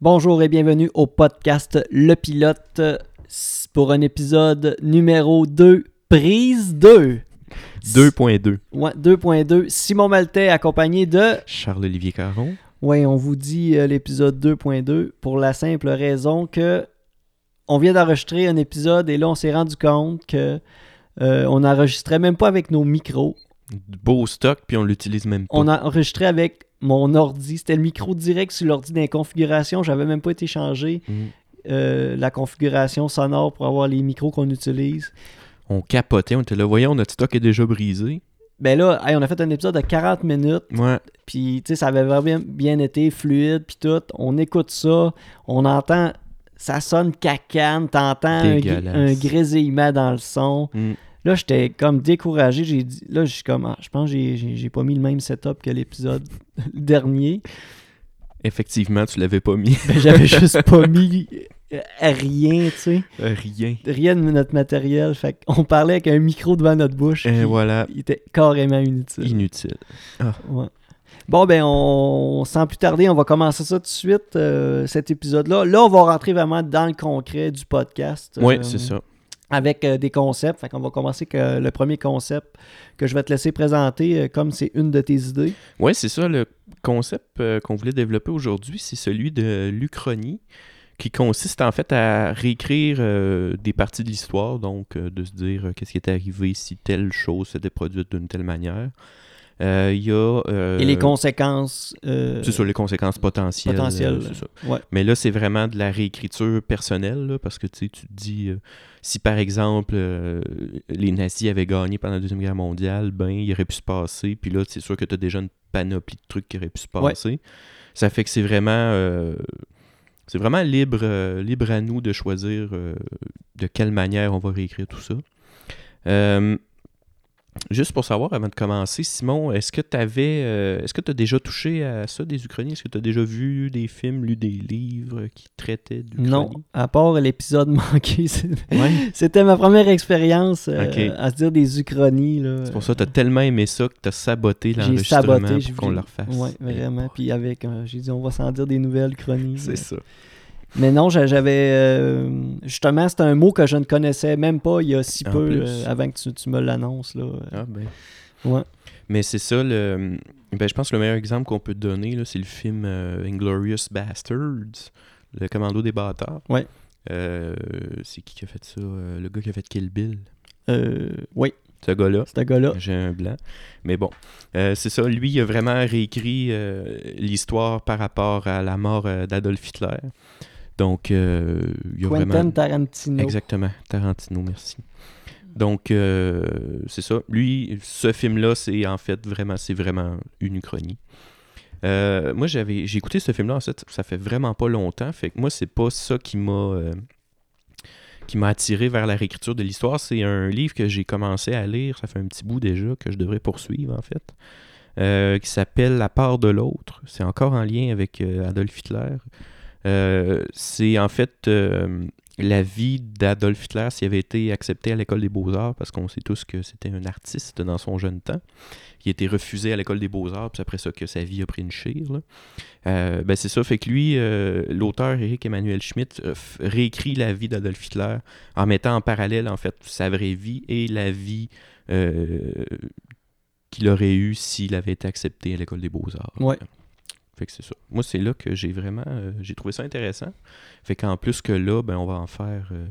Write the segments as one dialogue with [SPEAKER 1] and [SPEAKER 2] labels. [SPEAKER 1] Bonjour et bienvenue au podcast Le Pilote pour un épisode numéro 2, prise 2.
[SPEAKER 2] 2.2.
[SPEAKER 1] Ouais, 2.2. Simon Maltais accompagné de...
[SPEAKER 2] Charles-Olivier Caron.
[SPEAKER 1] Oui, on vous dit euh, l'épisode 2.2 pour la simple raison que on vient d'enregistrer un épisode et là on s'est rendu compte que euh, on n'enregistrait même pas avec nos micros.
[SPEAKER 2] Du Beau stock, puis on l'utilise même pas.
[SPEAKER 1] On a enregistré avec mon ordi. C'était le micro direct sur l'ordi des configurations. J'avais même pas été changé
[SPEAKER 2] Mm.
[SPEAKER 1] euh, la configuration sonore pour avoir les micros qu'on utilise.
[SPEAKER 2] On capotait, on était là, voyons, notre stock est déjà brisé.
[SPEAKER 1] Ben là, hey, on a fait un épisode de 40 minutes.
[SPEAKER 2] Ouais.
[SPEAKER 1] Puis, tu sais, ça avait vraiment bien, bien été, fluide, puis tout. On écoute ça, on entend, ça sonne cacane, t'entends un, gr-
[SPEAKER 2] Dégueulasse.
[SPEAKER 1] un grésillement dans le son.
[SPEAKER 2] Mm.
[SPEAKER 1] Là, j'étais comme découragé. J'ai dit, là, je suis comme, ah, je pense que j'ai- j'ai j'ai pas mis le même setup que l'épisode dernier.
[SPEAKER 2] Effectivement, tu l'avais pas mis.
[SPEAKER 1] Ben, J'avais juste pas mis euh, rien, tu sais.
[SPEAKER 2] Euh, Rien.
[SPEAKER 1] Rien de notre matériel. Fait qu'on parlait avec un micro devant notre bouche.
[SPEAKER 2] Et
[SPEAKER 1] qui-
[SPEAKER 2] voilà,
[SPEAKER 1] Il était carrément inutile.
[SPEAKER 2] inutile.
[SPEAKER 1] Ouais. Bon, ben, on, sans plus tarder, on va commencer ça tout de suite, euh, cet épisode-là. Là, on va rentrer vraiment dans le concret du podcast.
[SPEAKER 2] Ouais,
[SPEAKER 1] euh,
[SPEAKER 2] c'est ça.
[SPEAKER 1] Avec euh, des concepts. Fait qu'on va commencer que le premier concept que je vais te laisser présenter, euh, comme c'est une de tes idées.
[SPEAKER 2] Ouais, c'est ça. Le concept euh, qu'on voulait développer aujourd'hui, c'est celui de l'Uchronie, qui consiste en fait à réécrire euh, des parties de l'histoire, donc euh, de se dire euh, qu'est-ce qui est arrivé si telle chose s'était produite d'une telle manière. Euh, Il y a. euh,
[SPEAKER 1] Et les conséquences. euh,
[SPEAKER 2] C'est sur les conséquences potentielles.
[SPEAKER 1] potentielles,
[SPEAKER 2] euh, c'est ça.
[SPEAKER 1] ouais.
[SPEAKER 2] Mais là, c'est vraiment de la réécriture personnelle, là, parce que tu sais, tu te dis, euh, si par exemple euh, les nazis avaient gagné pendant la Deuxième Guerre mondiale, ben, il aurait pu se passer. Puis là, c'est sûr que tu as déjà une panoplie de trucs qui auraient pu se
[SPEAKER 1] Ouais.
[SPEAKER 2] passer. Ça fait que c'est vraiment. euh, c'est vraiment libre, euh, libre à nous de choisir euh, de quelle manière on va réécrire tout ça. Euh, juste pour savoir, avant de commencer, Simon, est-ce que tu avais. euh, est-ce que tu as déjà touché à ça des Ukrainiens Est-ce que tu as déjà vu des films, lu des livres qui traitaient d'Ukraine
[SPEAKER 1] Non, à part l'épisode manqué. c'est-
[SPEAKER 2] Ouais.
[SPEAKER 1] C'était ma première expérience euh,
[SPEAKER 2] Ok.
[SPEAKER 1] à se dire des uchronies. là.
[SPEAKER 2] C'est pour ça que tu as tellement aimé ça que tu as saboté
[SPEAKER 1] J'ai saboté,
[SPEAKER 2] l'enregistrement
[SPEAKER 1] j'ai
[SPEAKER 2] pour qu'on
[SPEAKER 1] voulu-
[SPEAKER 2] le refasse.
[SPEAKER 1] Ouais, vraiment. Puis euh, avec, euh, j'ai dit, on va s'en dire des nouvelles chroniques.
[SPEAKER 2] C'est ça.
[SPEAKER 1] Mais non, j'a- j'avais. euh, justement, c'est un mot que je ne connaissais même pas il y a si
[SPEAKER 2] En
[SPEAKER 1] peu
[SPEAKER 2] plus.
[SPEAKER 1] euh, avant que tu, tu me l'annonces. là.
[SPEAKER 2] Ah, ben.
[SPEAKER 1] Ouais.
[SPEAKER 2] Mais c'est ça, le, ben, je pense que le meilleur exemple qu'on peut donner, là, c'est le film euh, Inglorious Bastards, Le Commando des bâtards.
[SPEAKER 1] Ouais.
[SPEAKER 2] Euh, c'est qui qui a fait ça Euh, Le gars qui a fait Kill Bill.
[SPEAKER 1] Euh, oui,
[SPEAKER 2] Ce gars-là.
[SPEAKER 1] ce gars-là.
[SPEAKER 2] J'ai un blanc. Mais bon, Euh, c'est ça. Lui, il a vraiment réécrit euh, l'histoire par rapport à la mort euh, d'Adolf Hitler. Donc, euh, il a
[SPEAKER 1] Quentin
[SPEAKER 2] vraiment...
[SPEAKER 1] Tarantino.
[SPEAKER 2] Exactement, Tarantino, merci. Donc, euh, c'est ça. Lui, ce film-là, c'est en fait vraiment, c'est vraiment une uchronie. Euh, moi, j'avais, j'ai écouté ce film-là, en fait, ça fait vraiment pas longtemps. Fait que moi, c'est pas ça qui m'a, euh, qui m'a attiré vers la réécriture de l'histoire. C'est un livre que j'ai commencé à lire, ça fait un petit bout déjà, que je devrais poursuivre, en fait, euh, qui s'appelle La part de l'autre. C'est encore en lien avec euh, Adolf Hitler. Euh, c'est en fait euh, la vie d'Adolf Hitler s'il avait été accepté à l'école des beaux-arts, parce qu'on sait tous que c'était un artiste dans son jeune temps, qui a été refusé à l'école des beaux-arts, puis après ça que sa vie a pris une chire. là. Euh, ben c'est ça, fait que lui, euh, l'auteur Eric Emmanuel Schmitt euh, f- réécrit la vie d'Adolf Hitler en mettant en parallèle en fait sa vraie vie et la vie euh, qu'il aurait eue s'il avait été accepté à l'école des beaux-arts.
[SPEAKER 1] Ouais.
[SPEAKER 2] Fait que c'est ça. Moi, c'est là que j'ai vraiment. euh, j'ai trouvé ça intéressant. Fait qu'en plus que là, ben, on va en faire. euh,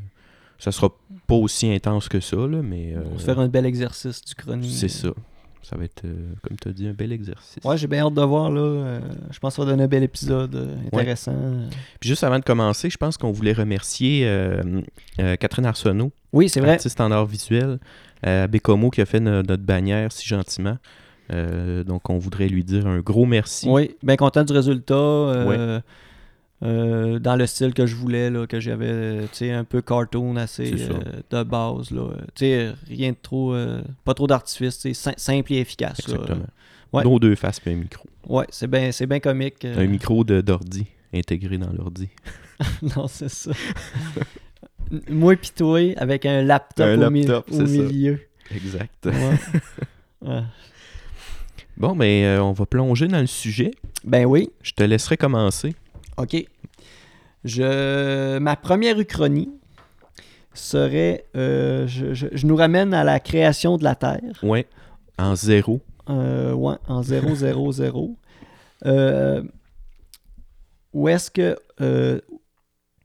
[SPEAKER 2] ça sera pas aussi intense que ça, là, mais.
[SPEAKER 1] On va
[SPEAKER 2] euh,
[SPEAKER 1] se faire un bel exercice du chronique.
[SPEAKER 2] C'est ça. Ça va être, euh, comme tu as dit, un bel exercice.
[SPEAKER 1] Ouais, j'ai bien hâte de voir. là. euh, je pense que ça va donner un bel épisode euh, intéressant.
[SPEAKER 2] Puis juste avant de commencer, je pense qu'on voulait remercier euh, euh, Catherine Arsenault,
[SPEAKER 1] Oui, c'est vrai.
[SPEAKER 2] artiste en art visuel, euh, à Bécomo, qui a fait no- notre bannière si gentiment. Euh, donc, on voudrait lui dire un gros merci.
[SPEAKER 1] Oui, bien content du résultat. euh, euh, dans le style que je voulais, là, que j'avais, euh, tu sais, un peu cartoon assez
[SPEAKER 2] C'est ça.
[SPEAKER 1] euh, de base. Là, euh, tu sais, rien de trop, euh, pas trop d'artifice, tu sais, sim- simple et efficace. là.
[SPEAKER 2] Exactement.
[SPEAKER 1] euh, Ouais.
[SPEAKER 2] Nos deux faces, puis un micro.
[SPEAKER 1] Ouais, c'est bien c'est bien comique. euh,
[SPEAKER 2] Un micro de- d'ordi intégré dans l'ordi.
[SPEAKER 1] non, c'est ça. N- Moi pis toi, avec un laptop,
[SPEAKER 2] Un
[SPEAKER 1] au, mi-
[SPEAKER 2] laptop,
[SPEAKER 1] au
[SPEAKER 2] c'est ça.
[SPEAKER 1] milieu.
[SPEAKER 2] Exact.
[SPEAKER 1] Ouais. Ouais.
[SPEAKER 2] Bon, ben, euh, mais on va plonger dans le sujet.
[SPEAKER 1] Ben oui,
[SPEAKER 2] Je te laisserai commencer.
[SPEAKER 1] ok. Je... Ma première uchronie serait. euh, je, je- je nous ramène à la création de la Terre.
[SPEAKER 2] Ouais. En zéro.
[SPEAKER 1] Euh, ouais, en 0, 0, 0. Euh, où est-ce que, euh,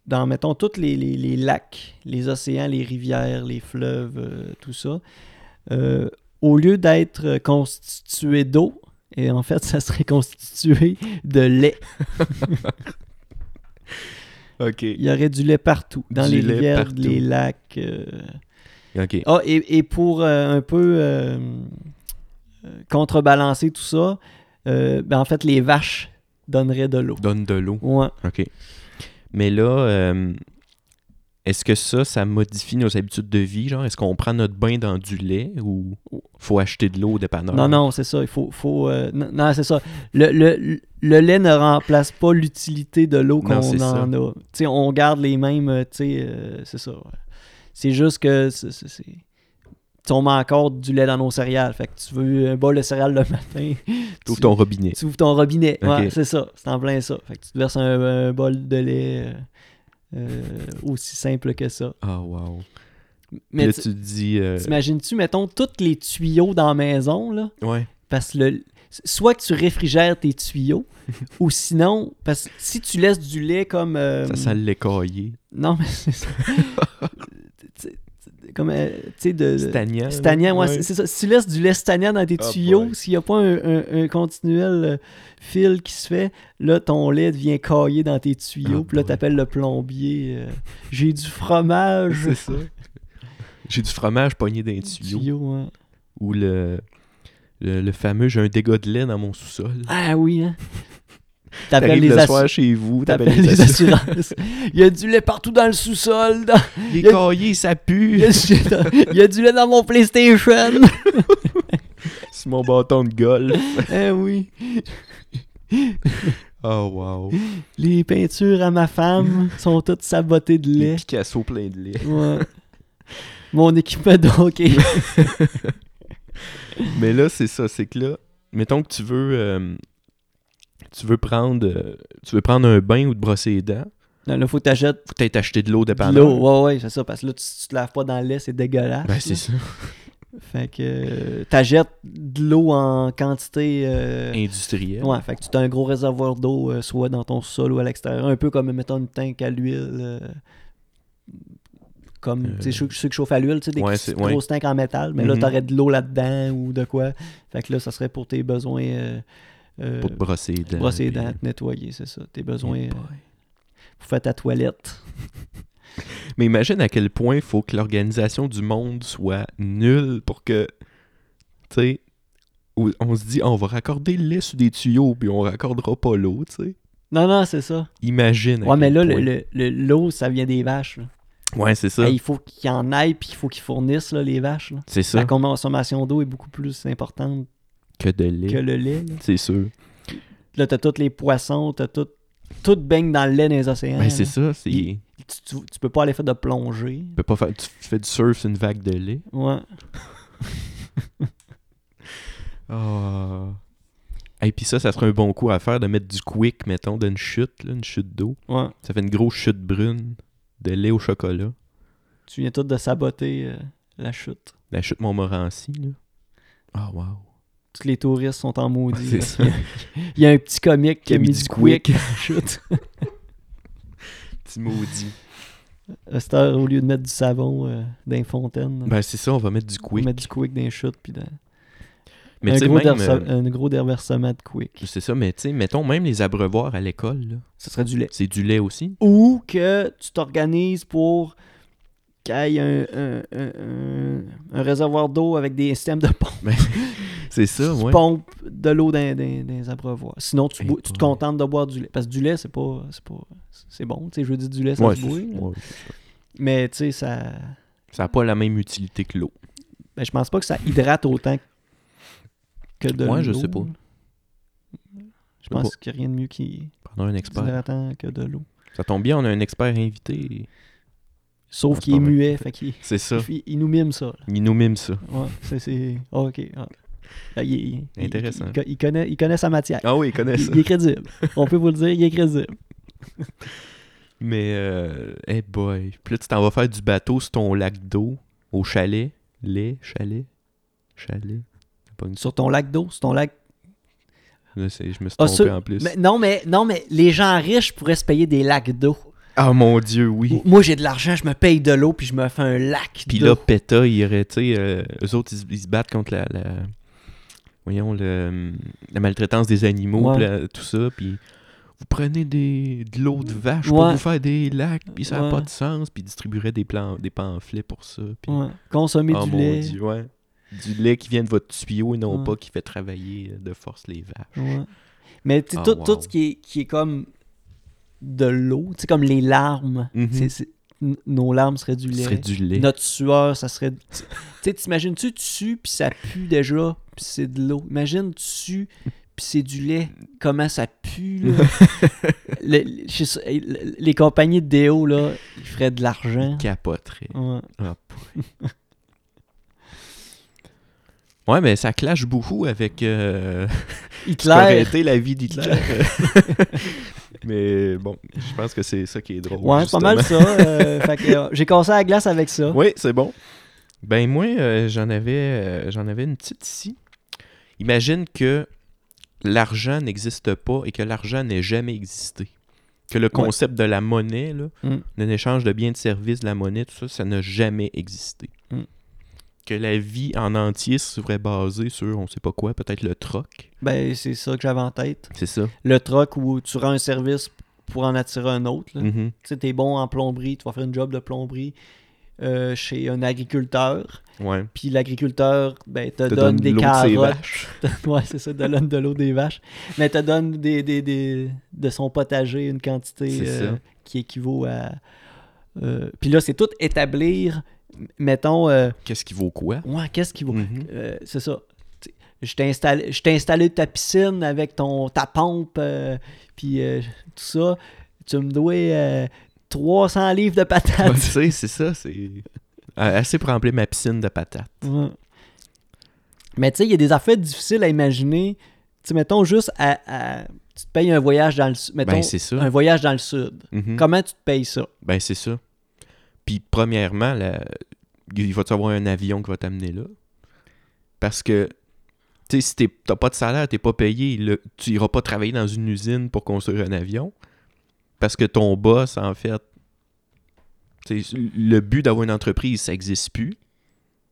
[SPEAKER 1] dans, mettons, tous les, les- les lacs, les océans, les rivières, les fleuves, euh, tout ça, euh, au lieu d'être constitué d'eau, et en fait, ça serait constitué de lait.
[SPEAKER 2] OK.
[SPEAKER 1] Il y aurait du lait partout, dans
[SPEAKER 2] Du
[SPEAKER 1] les
[SPEAKER 2] lait
[SPEAKER 1] rivières,
[SPEAKER 2] partout.
[SPEAKER 1] les lacs. euh.
[SPEAKER 2] OK.
[SPEAKER 1] Ah, et, et pour euh, un peu euh, euh, contrebalancer tout ça, euh, ben, en fait, les vaches donneraient de l'eau.
[SPEAKER 2] Donne de l'eau.
[SPEAKER 1] Ouais.
[SPEAKER 2] OK. Mais là, euh, est-ce que ça, ça modifie nos habitudes de vie? Genre, est-ce qu'on prend notre bain dans du lait ou faut acheter de l'eau au dépanneur?
[SPEAKER 1] Non, non, c'est ça. Il faut. faut euh, non, non, c'est ça. Le, le- le lait ne remplace pas l'utilité de l'eau qu'on
[SPEAKER 2] Non,
[SPEAKER 1] en
[SPEAKER 2] c'est ça.
[SPEAKER 1] a. Tu sais, on garde les mêmes. euh, tu sais, euh, c'est ça. ouais. C'est juste que. c'est- c'est- c'est- tu sais, on met encore du lait dans nos céréales. Fait que tu veux un bol de céréales le matin.
[SPEAKER 2] T'ouvres ton robinet.
[SPEAKER 1] Tu ouvres ton robinet.
[SPEAKER 2] Ok.
[SPEAKER 1] Ouais, c'est ça. C'est en plein ça. Fait que tu te verses un, un bol de lait euh, euh, aussi simple que ça.
[SPEAKER 2] Ah, wow. Puis
[SPEAKER 1] Mais
[SPEAKER 2] là,
[SPEAKER 1] tu-
[SPEAKER 2] tu te dis... euh,
[SPEAKER 1] t'imagines-tu, mettons, tous les tuyaux dans la maison, là?
[SPEAKER 2] Ouais.
[SPEAKER 1] Parce que le- soit que tu réfrigères tes tuyaux, ou sinon, parce que si tu laisses du lait comme. euh,
[SPEAKER 2] Ça sent l'écaillé.
[SPEAKER 1] Non, mais c'est ça. Tu- tu- tu- comme. euh, tu sais, de.
[SPEAKER 2] Stagnant.
[SPEAKER 1] Stagnant, ouais,
[SPEAKER 2] ouais.
[SPEAKER 1] c'est- c'est ça. Si tu laisses du lait stagnant dans tes
[SPEAKER 2] Ah,
[SPEAKER 1] tuyaux,
[SPEAKER 2] boy.
[SPEAKER 1] s'il n'y a pas un, un- un continuel euh, fil qui se fait, là, ton lait devient caillé dans tes tuyaux.
[SPEAKER 2] Ah,
[SPEAKER 1] puis là,
[SPEAKER 2] boy.
[SPEAKER 1] t'appelles le plombier. euh, J'ai du fromage.
[SPEAKER 2] C'est ça. J'ai du fromage pogné dans les tuyaux.
[SPEAKER 1] Tuyaux, hein.
[SPEAKER 2] Ou le, le, le fameux « j'ai un dégât de lait dans mon sous-sol ».
[SPEAKER 1] Ah oui, hein. T'appelles
[SPEAKER 2] T'arrives
[SPEAKER 1] les
[SPEAKER 2] le
[SPEAKER 1] assu-
[SPEAKER 2] soir chez vous,
[SPEAKER 1] T'appelles les assurances. Il y a du lait partout dans le sous-sol. dans-
[SPEAKER 2] Il est caillé, ça
[SPEAKER 1] Il,
[SPEAKER 2] pue.
[SPEAKER 1] y a du lait dans- il y a du lait dans mon PlayStation.
[SPEAKER 2] C'est mon bâton de golf.
[SPEAKER 1] eh oui.
[SPEAKER 2] Oh wow.
[SPEAKER 1] Les peintures à ma femme sont toutes sabotées de
[SPEAKER 2] Les
[SPEAKER 1] lait.
[SPEAKER 2] Picasso plein de lait.
[SPEAKER 1] Ouais. Mon équipement de hockey.
[SPEAKER 2] Mais là, c'est ça, c'est que là, mettons que tu veux euh, tu veux prendre euh, tu veux prendre un bain ou te brosser les dents,
[SPEAKER 1] Non, là, faut que t'achètes
[SPEAKER 2] faut peut-être acheter de l'eau
[SPEAKER 1] de
[SPEAKER 2] dépendant.
[SPEAKER 1] l'eau. Ouais, ouais, c'est ça. Parce que là, tu, tu te laves pas dans le lait, c'est dégueulasse.
[SPEAKER 2] Ben c'est
[SPEAKER 1] là.
[SPEAKER 2] ça.
[SPEAKER 1] Fait que euh, t'achètes de l'eau en quantité. euh,
[SPEAKER 2] Industriel.
[SPEAKER 1] Ouais, fait que tu as un gros réservoir d'eau, euh, soit dans ton sol ou à l'extérieur, un peu comme, mettons, une tank à l'huile. euh, comme,
[SPEAKER 2] Euh.
[SPEAKER 1] tu sais, ceux- ceux qui chauffent à l'huile, tu sais, des
[SPEAKER 2] Ouais,
[SPEAKER 1] petites
[SPEAKER 2] c'est- ouais.
[SPEAKER 1] grosses tanks en métal, mais
[SPEAKER 2] Mhm.
[SPEAKER 1] là, t'aurais de l'eau là-dedans ou de quoi. Fait que là, ça serait pour tes besoins. euh, euh,
[SPEAKER 2] Pour te brosser les dents.
[SPEAKER 1] brosser les
[SPEAKER 2] puis-
[SPEAKER 1] dents, te nettoyer, c'est ça. Tes besoins
[SPEAKER 2] Eh
[SPEAKER 1] euh,
[SPEAKER 2] boy.
[SPEAKER 1] pour faire ta toilette.
[SPEAKER 2] Mais imagine à quel point il faut que l'organisation du monde soit nulle pour que tu sais où on se dit on va raccorder le lait sur des tuyaux puis on raccordera pas l'eau, tu sais.
[SPEAKER 1] Non, non, c'est ça.
[SPEAKER 2] Imagine. à
[SPEAKER 1] Ouais, mais
[SPEAKER 2] quel
[SPEAKER 1] là, l'eau,
[SPEAKER 2] point.
[SPEAKER 1] le, le- l'eau, ça vient des vaches. là.
[SPEAKER 2] Ouais, c'est ça.
[SPEAKER 1] Hey, il faut qu'il en aille, puis il faut qu'ils fournissent là, les vaches. là.
[SPEAKER 2] C'est
[SPEAKER 1] La
[SPEAKER 2] ça
[SPEAKER 1] consommation d'eau est beaucoup plus importante
[SPEAKER 2] que de lait.
[SPEAKER 1] que le lait. là.
[SPEAKER 2] C'est sûr.
[SPEAKER 1] Là, t'as tous les poissons, t'as tout. Tout baigne dans le lait des océans.
[SPEAKER 2] Ben, c'est
[SPEAKER 1] là.
[SPEAKER 2] ça, c'est
[SPEAKER 1] Il- Tu, tu- tu peux pas aller faire de plongée.
[SPEAKER 2] Tu peux pas faire tu fais du surf sur une vague de lait.
[SPEAKER 1] Ouais.
[SPEAKER 2] Ah. Et puis ça ça serait un bon coup à faire de mettre du quick mettons d'une chute là, une chute d'eau.
[SPEAKER 1] Ouais.
[SPEAKER 2] Ça fait une grosse chute brune de lait au chocolat.
[SPEAKER 1] Tu viens tout de saboter euh, la chute.
[SPEAKER 2] La chute Montmorency là. Ah wow.
[SPEAKER 1] Tous les touristes sont en maudit.
[SPEAKER 2] C'est
[SPEAKER 1] là.
[SPEAKER 2] ça.
[SPEAKER 1] Il y a un petit comique qui a mis
[SPEAKER 2] du
[SPEAKER 1] du quick à la chute.
[SPEAKER 2] Petit maudit.
[SPEAKER 1] À cette heure, au lieu de mettre du savon euh, dans les fontaines,
[SPEAKER 2] Ben c'est ça, on va mettre du
[SPEAKER 1] on
[SPEAKER 2] quick.
[SPEAKER 1] met du quick dans les chutes. Puis dans...
[SPEAKER 2] Mais
[SPEAKER 1] un,
[SPEAKER 2] tu sais
[SPEAKER 1] gros
[SPEAKER 2] même
[SPEAKER 1] dersa-
[SPEAKER 2] euh,
[SPEAKER 1] un gros déversement de quick.
[SPEAKER 2] c'est ça, mais tu sais, mettons même les abreuvoirs à l'école, là,
[SPEAKER 1] Ce serait du lait.
[SPEAKER 2] c'est du lait aussi.
[SPEAKER 1] ou que tu t'organises pour qu'il y ait un, un- un- un- un réservoir d'eau avec des systèmes de pompe.
[SPEAKER 2] C'est ça,
[SPEAKER 1] Tu
[SPEAKER 2] ouais.
[SPEAKER 1] pompes de l'eau dans, dans- dans les abreuvoirs. Sinon, tu,
[SPEAKER 2] Hey
[SPEAKER 1] bois- tu te
[SPEAKER 2] boy.
[SPEAKER 1] contentes de boire du lait. Parce que du lait, c'est pas. C'est pas. C'est bon. Tu sais, je veux dire du lait, ça
[SPEAKER 2] Ouais,
[SPEAKER 1] se
[SPEAKER 2] c'est-
[SPEAKER 1] boit. là.
[SPEAKER 2] ouais, c'est ça.
[SPEAKER 1] Mais tu sais, ça.
[SPEAKER 2] Ça n'a pas la même utilité que l'eau.
[SPEAKER 1] Ben, je pense pas que ça hydrate autant que de l'eau.
[SPEAKER 2] Ouais, je sais pas.
[SPEAKER 1] Je pense qu'il n'y a rien de mieux qui
[SPEAKER 2] Prenons un
[SPEAKER 1] est
[SPEAKER 2] expert.
[SPEAKER 1] hydratant que de l'eau.
[SPEAKER 2] Ça tombe bien, on a un expert invité.
[SPEAKER 1] Sauf
[SPEAKER 2] Ah, c'est
[SPEAKER 1] qu'il est
[SPEAKER 2] pas vrai.
[SPEAKER 1] muet, fait qu'il
[SPEAKER 2] C'est ça.
[SPEAKER 1] il, il nous mime ça. là.
[SPEAKER 2] Il nous mime ça.
[SPEAKER 1] Ouais, c'est. c'est- ah, ok. ah. Ah, il- il- il-
[SPEAKER 2] Intéressant.
[SPEAKER 1] Il, il connaît, il connaît sa matière.
[SPEAKER 2] Ah oui, il connaît
[SPEAKER 1] il, il est crédible. On peut vous le dire, il est crédible.
[SPEAKER 2] Mais, euh, hey boy. Puis là, tu t'en vas faire du bateau sur ton lac d'eau, au chalet. Les chalet. Chalet. Pas une-
[SPEAKER 1] Sur ton lac d'eau, sur ton lac.
[SPEAKER 2] Là, c'est- je me suis
[SPEAKER 1] Ah,
[SPEAKER 2] trompé
[SPEAKER 1] sur-
[SPEAKER 2] en plus.
[SPEAKER 1] Mais non, mais non, mais les gens riches pourraient se payer des lacs d'eau.
[SPEAKER 2] Ah mon dieu, oui.
[SPEAKER 1] Moi, j'ai de l'argent, je me paye de l'eau, puis je me fais un lac
[SPEAKER 2] Puis là,
[SPEAKER 1] d'eau.
[SPEAKER 2] PETA, il irait, tu sais, euh, eux autres, ils, se- ils se battent contre la. la- voyons, le- la maltraitance des animaux,
[SPEAKER 1] Ouais.
[SPEAKER 2] puis la- tout ça. Puis vous prenez des, de l'eau de vache pour
[SPEAKER 1] Ouais.
[SPEAKER 2] vous faire des lacs, puis ça n'a
[SPEAKER 1] Ouais.
[SPEAKER 2] pas de sens, puis ils distribueraient des, plans, des pamphlets pour ça. Puis...
[SPEAKER 1] Ouais. Consommer
[SPEAKER 2] Ah,
[SPEAKER 1] du
[SPEAKER 2] mon
[SPEAKER 1] lait.
[SPEAKER 2] Dieu, ouais. Du lait qui vient de votre tuyau et non
[SPEAKER 1] Ouais.
[SPEAKER 2] pas qui fait travailler euh, de force les vaches.
[SPEAKER 1] Ouais. Mais tu sais,
[SPEAKER 2] Ah,
[SPEAKER 1] tout, tout
[SPEAKER 2] wow.
[SPEAKER 1] ce qui est, qui est comme de l'eau, tu sais, comme les larmes.
[SPEAKER 2] Mhm.
[SPEAKER 1] c'est- c'est- n- nos larmes seraient du
[SPEAKER 2] Ce
[SPEAKER 1] lait.
[SPEAKER 2] serait du lait.
[SPEAKER 1] Notre sueur, ça serait. Tu sais, t'imagines-tu, tu sues, puis ça pue déjà, puis c'est de l'eau. Imagine, tu sues, puis c'est du lait. Comment ça pue, là. Le- le- je suis sûr- hey, le- les compagnies de déo, là, ils feraient de l'argent.
[SPEAKER 2] Capoterait.
[SPEAKER 1] Ouais.
[SPEAKER 2] Ouais, mais ça clash beaucoup avec. euh,
[SPEAKER 1] Hitler.
[SPEAKER 2] arrêter la vie d'Hitler. mais bon, je pense que c'est ça qui est drôle.
[SPEAKER 1] Ouais, c'est pas mal
[SPEAKER 2] justement.
[SPEAKER 1] ça. euh, fait que, euh, j'ai cassé la glace avec ça.
[SPEAKER 2] Oui, c'est bon. Ben moi, euh, j'en avais, euh, j'en avais une petite ici. Imagine que l'argent n'existe pas et que l'argent n'ait jamais existé. Que le concept de la monnaie, là,
[SPEAKER 1] Mm.
[SPEAKER 2] d'un échange de biens et de services, de la monnaie, tout ça, ça n'a jamais existé.
[SPEAKER 1] Mm.
[SPEAKER 2] Que la vie en entier serait basée sur, on sait pas quoi, peut-être le troc.
[SPEAKER 1] Ben, c'est ça que j'avais en tête.
[SPEAKER 2] C'est ça.
[SPEAKER 1] le truck où tu rends un service pour en attirer un autre. là.
[SPEAKER 2] Mhm.
[SPEAKER 1] Tu sais, t'es bon en plomberie, tu vas faire une job de plomberie euh, chez un agriculteur,
[SPEAKER 2] Ouais.
[SPEAKER 1] puis l'agriculteur, ben, te,
[SPEAKER 2] Te
[SPEAKER 1] donne,
[SPEAKER 2] donne
[SPEAKER 1] des
[SPEAKER 2] l'eau de ses
[SPEAKER 1] carottes. ouais, c'est ça, te donne de l'eau des vaches. Mais te donne des, des- des- de son potager une quantité
[SPEAKER 2] C'est
[SPEAKER 1] euh,
[SPEAKER 2] ça.
[SPEAKER 1] qui équivaut à... euh, puis là, c'est tout établir, m- mettons, euh,
[SPEAKER 2] Qu'est-ce qui vaut quoi?
[SPEAKER 1] ouais, qu'est-ce qui vaut...
[SPEAKER 2] Mhm.
[SPEAKER 1] Euh, c'est ça. Tu- Je t'ai installé, je t'ai installé ta piscine avec ton, ta pompe, euh, puis euh, tout ça. Tu me dois euh, 300 livres de
[SPEAKER 2] Ouais, tu
[SPEAKER 1] patates.
[SPEAKER 2] sais, c'est ça, c'est Euh, assez pour remplir ma piscine de patates.
[SPEAKER 1] Ouais. Mais tu sais, il y a des affaires difficiles à imaginer. Tu sais, mettons juste à, à- Tu te payes un voyage dans le sud. Mettons
[SPEAKER 2] Ben, c'est ça.
[SPEAKER 1] un voyage dans le sud.
[SPEAKER 2] Mhm.
[SPEAKER 1] Comment tu te payes ça?
[SPEAKER 2] Ben, c'est ça. Puis, premièrement, la- il va-tu avoir un avion qui va t'amener là? Parce que, tu sais, si t'es- t'as pas de salaire, t'es pas payé, le- tu iras pas travailler dans une usine pour construire un avion. Parce que ton boss, en fait, tu sais, le but d'avoir une entreprise, ça existe plus.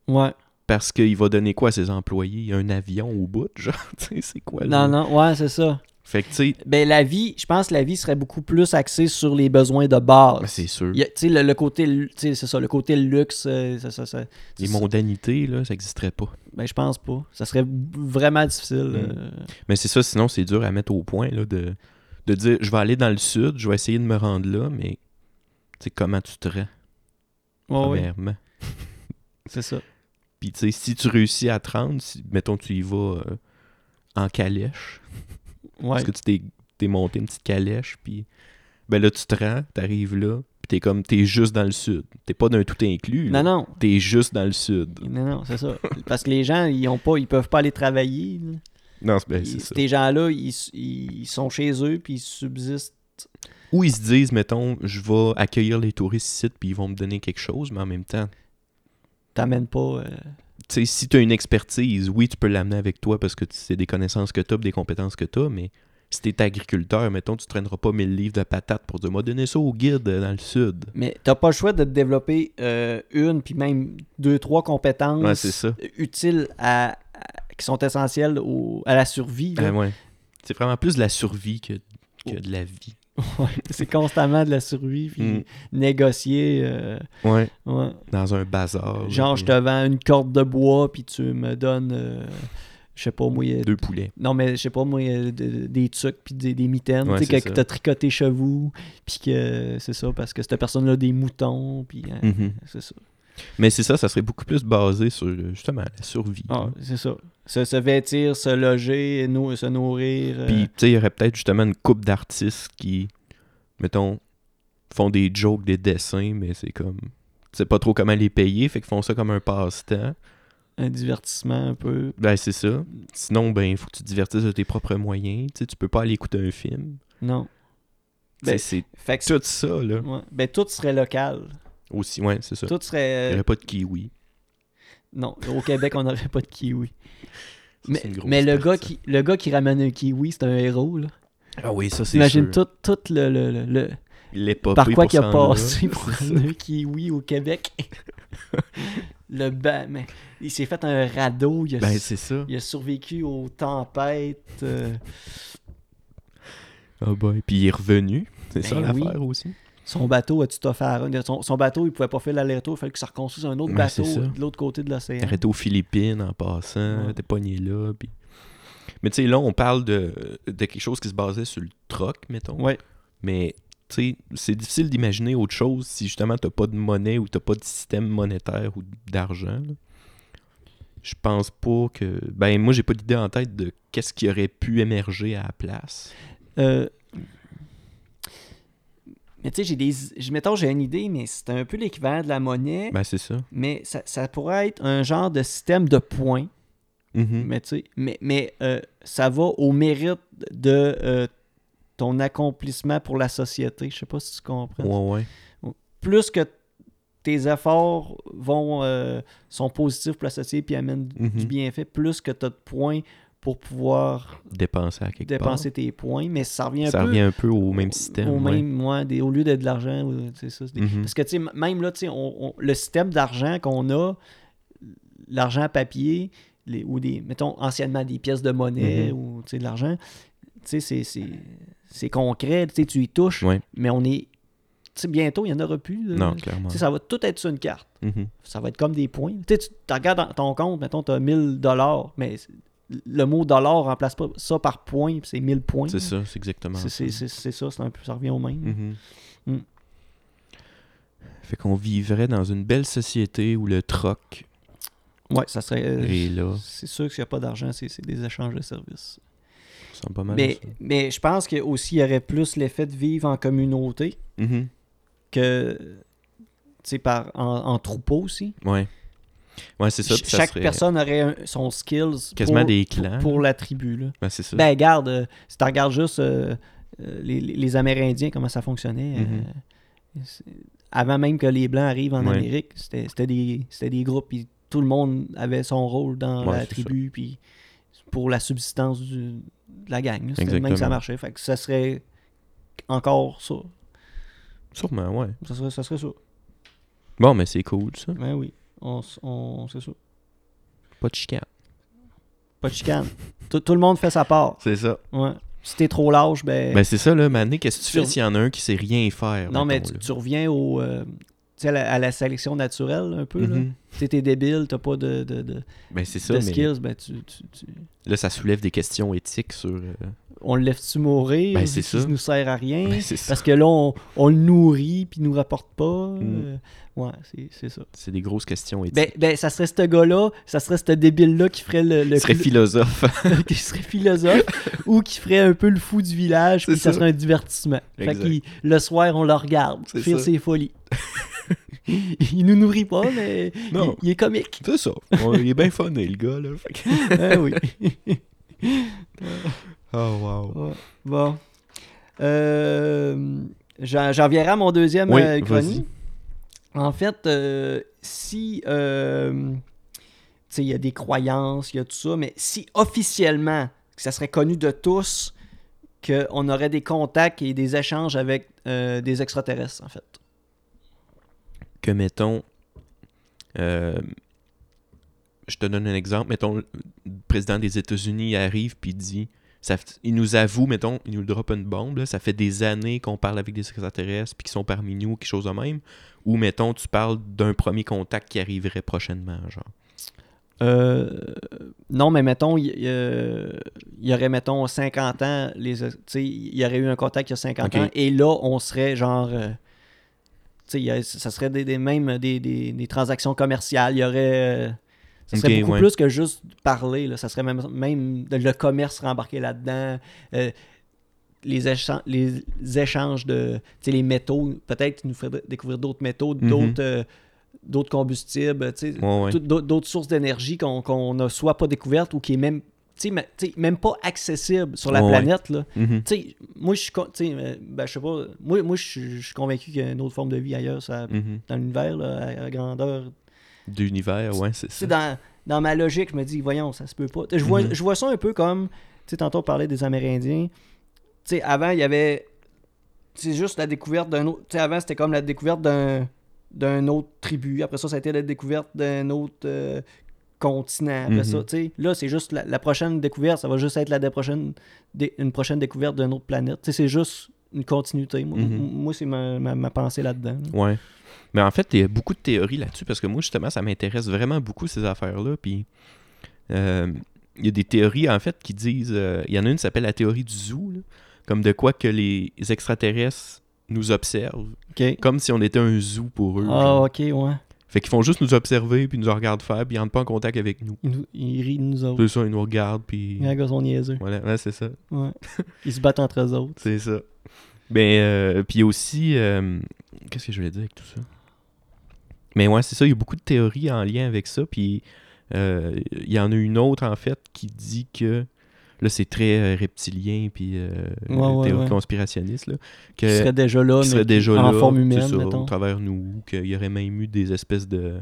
[SPEAKER 1] Ouais.
[SPEAKER 2] Parce qu'il va donner quoi à ses employés? Un avion au bout, genre, tu sais, c'est quoi?
[SPEAKER 1] Non,
[SPEAKER 2] là?
[SPEAKER 1] non, ouais, c'est ça.
[SPEAKER 2] Fait que, tu sais,
[SPEAKER 1] Ben, la vie, je pense que la vie serait beaucoup plus axée sur les besoins de base.
[SPEAKER 2] ben, c'est sûr.
[SPEAKER 1] Il y a- tu sais, le, le côté, lu- tu sais, c'est ça, le côté luxe, euh, ça, ça, ça-
[SPEAKER 2] Les
[SPEAKER 1] ça-
[SPEAKER 2] mondanités, là, ça n'existerait pas.
[SPEAKER 1] ben, je pense pas. Ça serait b- vraiment difficile.
[SPEAKER 2] Mm.
[SPEAKER 1] euh.
[SPEAKER 2] Mais c'est ça, sinon c'est dur à mettre au point là, de, de dire je vais aller dans le sud, je vais essayer de me rendre là, mais tu sais, comment tu te rends, Ah,
[SPEAKER 1] Ouais, ouais,
[SPEAKER 2] premièrement.
[SPEAKER 1] c'est ça.
[SPEAKER 2] Puis tu sais, si tu réussis à te rendre, si- mettons tu y vas euh, en calèche,
[SPEAKER 1] Ouais.
[SPEAKER 2] parce que tu t'es, t'es monté une petite calèche, puis ben là tu te rends, t'arrives là, puis t'es comme, t'es juste dans le sud. T'es pas d'un tout inclus,
[SPEAKER 1] Non,
[SPEAKER 2] là.
[SPEAKER 1] non.
[SPEAKER 2] t'es juste dans le sud.
[SPEAKER 1] Non, non, c'est ça. Parce que les gens, ils ont pas, ils peuvent pas aller travailler. là.
[SPEAKER 2] Non, c'est- ben,
[SPEAKER 1] Ils-
[SPEAKER 2] c'est ça.
[SPEAKER 1] Ces gens-là, ils, s- ils sont chez eux, puis ils subsistent.
[SPEAKER 2] Ou ils se disent, mettons, je vais accueillir les touristes ici, puis ils vont me donner quelque chose, mais en même temps,
[SPEAKER 1] T'amènes pas... euh,
[SPEAKER 2] tu sais, si tu as une expertise, oui, tu peux l'amener avec toi parce que c'est des connaissances que tu as, des compétences que tu as, mais si tu es agriculteur, mettons, tu traîneras pas 1000 livres de patates pour dire, moi, donnez ça au guide euh, dans le sud.
[SPEAKER 1] Mais t'as pas le choix de te développer euh, une, puis même deux, trois compétences
[SPEAKER 2] Ouais, c'est ça.
[SPEAKER 1] utiles à, à- qui sont essentielles au- à la survie. là.
[SPEAKER 2] Ah, ouais. C'est vraiment plus de la survie que, que de la vie.
[SPEAKER 1] Ouais, c'est constamment de la survie, puis
[SPEAKER 2] Mm.
[SPEAKER 1] négocier. euh,
[SPEAKER 2] Ouais.
[SPEAKER 1] ouais.
[SPEAKER 2] Dans un bazar.
[SPEAKER 1] Genre,
[SPEAKER 2] là,
[SPEAKER 1] je te vends une corde de bois, puis tu me donnes, euh, je sais pas, moi, euh,
[SPEAKER 2] Deux poulets.
[SPEAKER 1] non, mais je sais pas, moi, euh, de- des tucs, puis des, des mitaines,
[SPEAKER 2] Ouais,
[SPEAKER 1] tu sais,
[SPEAKER 2] c'est
[SPEAKER 1] que,
[SPEAKER 2] ça.
[SPEAKER 1] que t'as tricoté chez vous, puis que c'est ça, parce que cette personne-là a des moutons, puis hein,
[SPEAKER 2] Mhm.
[SPEAKER 1] c'est ça.
[SPEAKER 2] Mais c'est ça, ça serait beaucoup plus basé sur euh, justement la survie.
[SPEAKER 1] Ah,
[SPEAKER 2] là.
[SPEAKER 1] c'est ça. Se, se vêtir, se loger, nou- se nourrir. euh,
[SPEAKER 2] Puis, tu sais, il y aurait peut-être justement une coupe d'artistes qui, mettons, font des jokes, des dessins, mais c'est comme. Tu sais pas trop comment les payer, fait qu'ils font ça comme un passe-temps.
[SPEAKER 1] un divertissement un peu.
[SPEAKER 2] Ben, c'est ça. Sinon, ben, il faut que tu te divertisses de tes propres moyens. Tu sais, tu peux pas aller écouter un film.
[SPEAKER 1] Non. Ben,
[SPEAKER 2] c'est
[SPEAKER 1] Fait que-
[SPEAKER 2] tout ça, là.
[SPEAKER 1] ouais. Ben, tout serait local.
[SPEAKER 2] Aussi, ouais, c'est ça.
[SPEAKER 1] Tout euh,
[SPEAKER 2] Il
[SPEAKER 1] serait.
[SPEAKER 2] n'y aurait pas de kiwi.
[SPEAKER 1] Non, au Québec, on n'aurait pas de kiwi.
[SPEAKER 2] Ça,
[SPEAKER 1] Mais,
[SPEAKER 2] c'est une grosse
[SPEAKER 1] mais le,
[SPEAKER 2] perte,
[SPEAKER 1] gars
[SPEAKER 2] ça.
[SPEAKER 1] qui, le gars qui ramène un kiwi, c'est un héros. Là.
[SPEAKER 2] Ah oui, ça, c'est
[SPEAKER 1] Imagine
[SPEAKER 2] sûr.
[SPEAKER 1] tout, tout le, le- le- le-
[SPEAKER 2] L'épopée
[SPEAKER 1] par quoi
[SPEAKER 2] pour
[SPEAKER 1] qu'il a
[SPEAKER 2] s'en là.
[SPEAKER 1] passé pour ramener un kiwi au Québec. le ba- mais il s'est fait un radeau, il a,
[SPEAKER 2] Ben, c'est ça.
[SPEAKER 1] il a survécu aux tempêtes. euh,
[SPEAKER 2] Ah boy. Puis il est revenu. C'est
[SPEAKER 1] Ben
[SPEAKER 2] ça
[SPEAKER 1] oui.
[SPEAKER 2] l'affaire aussi.
[SPEAKER 1] son bateau a tout offert. Son, son bateau, il pouvait pas faire l'aller-retour, il fallait que ça reconstruise un autre
[SPEAKER 2] Ben,
[SPEAKER 1] bateau
[SPEAKER 2] c'est ça.
[SPEAKER 1] de l'autre côté de l'océan.
[SPEAKER 2] Arrêté aux Philippines en passant,
[SPEAKER 1] Ouais.
[SPEAKER 2] t'es pogné là. Puis... Mais tu sais, là, on parle de, de quelque chose qui se basait sur le troc, mettons.
[SPEAKER 1] Ouais.
[SPEAKER 2] Mais tu sais, c'est difficile d'imaginer autre chose si justement t'as pas de monnaie ou t'as pas de système monétaire ou d'argent. là. Je pense pas que. Ben, moi, j'ai pas d'idée en tête de qu'est-ce qui aurait pu émerger à la place.
[SPEAKER 1] Euh, Mais tu sais, j'ai des. Je mettons, j'ai une idée, mais c'est un peu l'équivalent de la monnaie.
[SPEAKER 2] Ben, c'est ça.
[SPEAKER 1] Mais ça, ça pourrait être un genre de système de points.
[SPEAKER 2] Mhm.
[SPEAKER 1] Mais tu sais, mais, mais euh, ça va au mérite de euh, ton accomplissement pour la société. Je sais pas si tu comprends.
[SPEAKER 2] Ouais, ouais.
[SPEAKER 1] Plus que tes efforts vont euh, sont positifs pour la société puis amènent du-
[SPEAKER 2] Mhm.
[SPEAKER 1] du bienfait, plus que tu as de points pour pouvoir
[SPEAKER 2] Dépenser à quelque
[SPEAKER 1] dépenser tes points. Mais ça revient un
[SPEAKER 2] part. Ça
[SPEAKER 1] peu
[SPEAKER 2] revient un peu au même système.
[SPEAKER 1] au,
[SPEAKER 2] ouais.
[SPEAKER 1] même, ouais, des- au lieu d'être de l'argent, ou- c'est ça. c'est des-
[SPEAKER 2] Mhm.
[SPEAKER 1] Parce que, tu sais, m- même là, tu sais, on- on- le système d'argent qu'on a, l'argent à papier, les, ou des, mettons, anciennement des pièces de monnaie
[SPEAKER 2] Mhm.
[SPEAKER 1] ou, tu sais, de l'argent, tu sais, c'est- c'est- c'est concret, tu sais, tu y touches,
[SPEAKER 2] Ouais.
[SPEAKER 1] mais on est, tu sais, bientôt, il n'y en aura plus. là.
[SPEAKER 2] Non,
[SPEAKER 1] Tu
[SPEAKER 2] clairement.
[SPEAKER 1] sais, ça va tout être sur une carte.
[SPEAKER 2] Mhm.
[SPEAKER 1] Ça va être comme des points. Tu sais, tu tu regardes dans ton compte, mettons, tu as 1000 dollars, mais c'est- le mot dollar remplace pas ça par point, puis c'est 1000 points.
[SPEAKER 2] C'est ça, c'est exactement
[SPEAKER 1] C'est-
[SPEAKER 2] ça.
[SPEAKER 1] C'est c'est- c'est ça, c'est un peu, ça revient au même.
[SPEAKER 2] Mhm.
[SPEAKER 1] Mm.
[SPEAKER 2] Fait qu'on vivrait dans une belle société où le troc
[SPEAKER 1] Ouais, ça serait. euh,
[SPEAKER 2] est là.
[SPEAKER 1] C'est sûr que s'il n'y a pas d'argent, c'est c'est des échanges de services.
[SPEAKER 2] Ça semble pas mal.
[SPEAKER 1] Mais,
[SPEAKER 2] ça.
[SPEAKER 1] mais je pense que aussi il y aurait plus l'effet de vivre en communauté
[SPEAKER 2] Mhm.
[SPEAKER 1] que tu sais, par en, en troupeau aussi.
[SPEAKER 2] Ouais. Ouais, c'est ça.
[SPEAKER 1] Ch-
[SPEAKER 2] puis ça
[SPEAKER 1] chaque
[SPEAKER 2] serait
[SPEAKER 1] personne aurait un- son skills
[SPEAKER 2] Quasiment
[SPEAKER 1] pour,
[SPEAKER 2] des clans.
[SPEAKER 1] pour la tribu. Là.
[SPEAKER 2] Ben, c'est ça.
[SPEAKER 1] Ben regarde, euh, si tu regardes juste euh, euh, les, les- les Amérindiens, comment ça fonctionnait. euh,
[SPEAKER 2] Mhm.
[SPEAKER 1] c'est- avant même que les Blancs arrivent en
[SPEAKER 2] Ouais.
[SPEAKER 1] Amérique, c'était c'était des, c'était des groupes, puis tout le monde avait son rôle dans
[SPEAKER 2] Ouais,
[SPEAKER 1] la
[SPEAKER 2] c'est
[SPEAKER 1] tribu, puis pour la subsistance du- de la gang. là. C'était de même que ça
[SPEAKER 2] Exactement.
[SPEAKER 1] marchait. Fait que ça serait encore ça.
[SPEAKER 2] Sûrement, ouais.
[SPEAKER 1] Ça serait ça. Serait ça.
[SPEAKER 2] Bon, mais c'est cool, ça.
[SPEAKER 1] Ben oui, on, s- on, c'est ça.
[SPEAKER 2] Pas de chicane.
[SPEAKER 1] Pas de chicane. tout, tout le monde fait sa part.
[SPEAKER 2] C'est ça.
[SPEAKER 1] Ouais. Si t'es trop large, ben...
[SPEAKER 2] Ben, c'est ça, là, Mané. Qu'est-ce que tu fais
[SPEAKER 1] Euh, Sur-
[SPEAKER 2] s'il y en a un qui sait rien faire?
[SPEAKER 1] non, mais
[SPEAKER 2] mettons,
[SPEAKER 1] tu,
[SPEAKER 2] là?
[SPEAKER 1] tu reviens au, euh, tu sais, à, la, à la sélection naturelle, un peu. là.
[SPEAKER 2] Mhm.
[SPEAKER 1] Tu sais, t'es débile, t'as pas de, de, de,
[SPEAKER 2] Ben, c'est ça,
[SPEAKER 1] de
[SPEAKER 2] mais
[SPEAKER 1] skills, ben tu- tu- tu,
[SPEAKER 2] là, ça soulève des questions éthiques sur... euh,
[SPEAKER 1] on le laisse-tu mourir
[SPEAKER 2] Ben,
[SPEAKER 1] vu
[SPEAKER 2] c'est
[SPEAKER 1] qu'il
[SPEAKER 2] ça.
[SPEAKER 1] nous sert à rien
[SPEAKER 2] Ben, c'est ça.
[SPEAKER 1] Mm. parce que là on, on le nourrit puis il nous rapporte pas
[SPEAKER 2] Mm.
[SPEAKER 1] euh, ouais c'est- c'est ça
[SPEAKER 2] C'est des grosses questions éthiques.
[SPEAKER 1] ben, ben, ça serait ce gars-là ça serait ce débile-là qui ferait le, le
[SPEAKER 2] Il serait philosophe.
[SPEAKER 1] qui serait philosophe ou qui ferait un peu le fou du village
[SPEAKER 2] C'est
[SPEAKER 1] puis ça
[SPEAKER 2] ça.
[SPEAKER 1] serait un divertissement fait
[SPEAKER 2] Exact.
[SPEAKER 1] qu'il- le soir on le regarde
[SPEAKER 2] C'est
[SPEAKER 1] faire
[SPEAKER 2] ça.
[SPEAKER 1] ses folies il nous nourrit pas mais il,
[SPEAKER 2] Non.
[SPEAKER 1] il est comique
[SPEAKER 2] C'est ça. On- il est bien funné, le gars, là. Fait que-
[SPEAKER 1] Ah oui
[SPEAKER 2] Oh, wow.
[SPEAKER 1] Ouais. Bon. Euh, J'en j'en viendrai à mon deuxième
[SPEAKER 2] Oui,
[SPEAKER 1] euh, chronique. En fait, euh, si. euh, tu sais, il y a des croyances, il y a tout ça, mais si officiellement, que ça serait connu de tous, qu'on aurait des contacts et des échanges avec euh, des extraterrestres, en fait.
[SPEAKER 2] Que, mettons... euh, je te donne un exemple. Mettons, le président des États-Unis arrive puis dit... Ça, f- il nous avoue, mettons, il nous drop une bombe. là, ça fait des années qu'on parle avec des extraterrestres puis qu'ils sont parmi nous, quelque chose de même. Ou, mettons, tu parles d'un premier contact qui arriverait prochainement, genre.
[SPEAKER 1] Euh, non, mais mettons, il y, euh, il y aurait, mettons, 50 ans, les, tu sais, il y aurait eu un contact il y a 50
[SPEAKER 2] Ok.
[SPEAKER 1] ans, et là, on serait genre. euh, tu sais, il y a- ça serait des, des- même des, des- des transactions commerciales. Il y aurait. euh, ça serait
[SPEAKER 2] Ok,
[SPEAKER 1] beaucoup
[SPEAKER 2] ouais.
[SPEAKER 1] plus que juste parler. là. Ça serait même, même de- le commerce serait embarqué là-dedans. euh, les, échan- les échanges de. Tu sais, les métaux. Peut-être qu'il nous ferait découvrir d'autres métaux,
[SPEAKER 2] Mhm.
[SPEAKER 1] d'autres euh, d'autres combustibles. Tu sais,
[SPEAKER 2] Ouais, ouais.
[SPEAKER 1] tout- d'au- d'autres sources d'énergie qu'on qu'on n'a soit pas découvertes ou qui est même tu tu sais, mais- tu sais, même pas accessible sur la
[SPEAKER 2] Ouais, ouais.
[SPEAKER 1] planète. Là.
[SPEAKER 2] Mhm.
[SPEAKER 1] Tu sais, moi, je suis con- tu sais, euh, ben, je sais pas, moi, moi je suis- je suis convaincu qu'il y a une autre forme de vie ailleurs ça-
[SPEAKER 2] Mhm.
[SPEAKER 1] dans l'univers, là, à, à grandeur.
[SPEAKER 2] D'univers, ouais, c'est
[SPEAKER 1] Tu
[SPEAKER 2] ça.
[SPEAKER 1] sais, dans, dans ma logique, je me dis, voyons, ça se peut pas. Je vois,
[SPEAKER 2] Mhm.
[SPEAKER 1] je vois ça un peu comme, tu sais, tantôt on parlait des Amérindiens. Tu sais, avant, il y avait, c'est juste la découverte d'un autre, tu sais, avant, c'était comme la découverte d'un d'un autre tribu. Après ça, ça a été la découverte d'un autre euh, continent. Après ça,
[SPEAKER 2] Mhm.
[SPEAKER 1] tu sais, là, c'est juste la, la prochaine découverte. Ça va juste être la dé- prochaine, dé- une prochaine découverte d'une autre planète. Tu sais, c'est juste une continuité. Moi,
[SPEAKER 2] Mhm.
[SPEAKER 1] moi, c'est ma, ma- ma pensée là-dedans. là.
[SPEAKER 2] Ouais. Mais en fait, il y a beaucoup de théories là-dessus parce que moi, justement, ça m'intéresse vraiment beaucoup ces affaires-là. Puis euh, il y a des théories, en fait, qui disent. euh, il y en a une qui s'appelle la théorie du zoo, là, comme de quoi que les extraterrestres nous observent,
[SPEAKER 1] OK.
[SPEAKER 2] comme si on était un zoo pour eux.
[SPEAKER 1] Ah,
[SPEAKER 2] genre.
[SPEAKER 1] OK, ouais.
[SPEAKER 2] Fait qu'ils font juste nous observer, puis ils nous regardent faire, puis ils rentrent pas en contact avec nous.
[SPEAKER 1] Ils nous- ils rient de nous autres.
[SPEAKER 2] C'est ça, ils nous regardent, puis.
[SPEAKER 1] Les gars sont niaiseux.
[SPEAKER 2] Voilà, ouais, c'est ça.
[SPEAKER 1] Ouais. Ils se battent entre eux autres.
[SPEAKER 2] C'est ça. Ben, euh, puis aussi, euh, qu'est-ce que je voulais dire avec tout ça? Mais ouais, c'est ça, il y a beaucoup de théories en lien avec ça, puis euh, il y en a une autre, en fait, qui dit que, là, c'est très euh, reptilien, puis euh,
[SPEAKER 1] ouais,
[SPEAKER 2] théorie
[SPEAKER 1] ouais.
[SPEAKER 2] conspirationniste, là, que,
[SPEAKER 1] Qui seraient déjà là,
[SPEAKER 2] qui
[SPEAKER 1] mais
[SPEAKER 2] serait déjà
[SPEAKER 1] en
[SPEAKER 2] là,
[SPEAKER 1] forme
[SPEAKER 2] c'est
[SPEAKER 1] humaine,
[SPEAKER 2] ça,
[SPEAKER 1] mettons.
[SPEAKER 2] au travers de nous, qu'il y aurait même eu des espèces de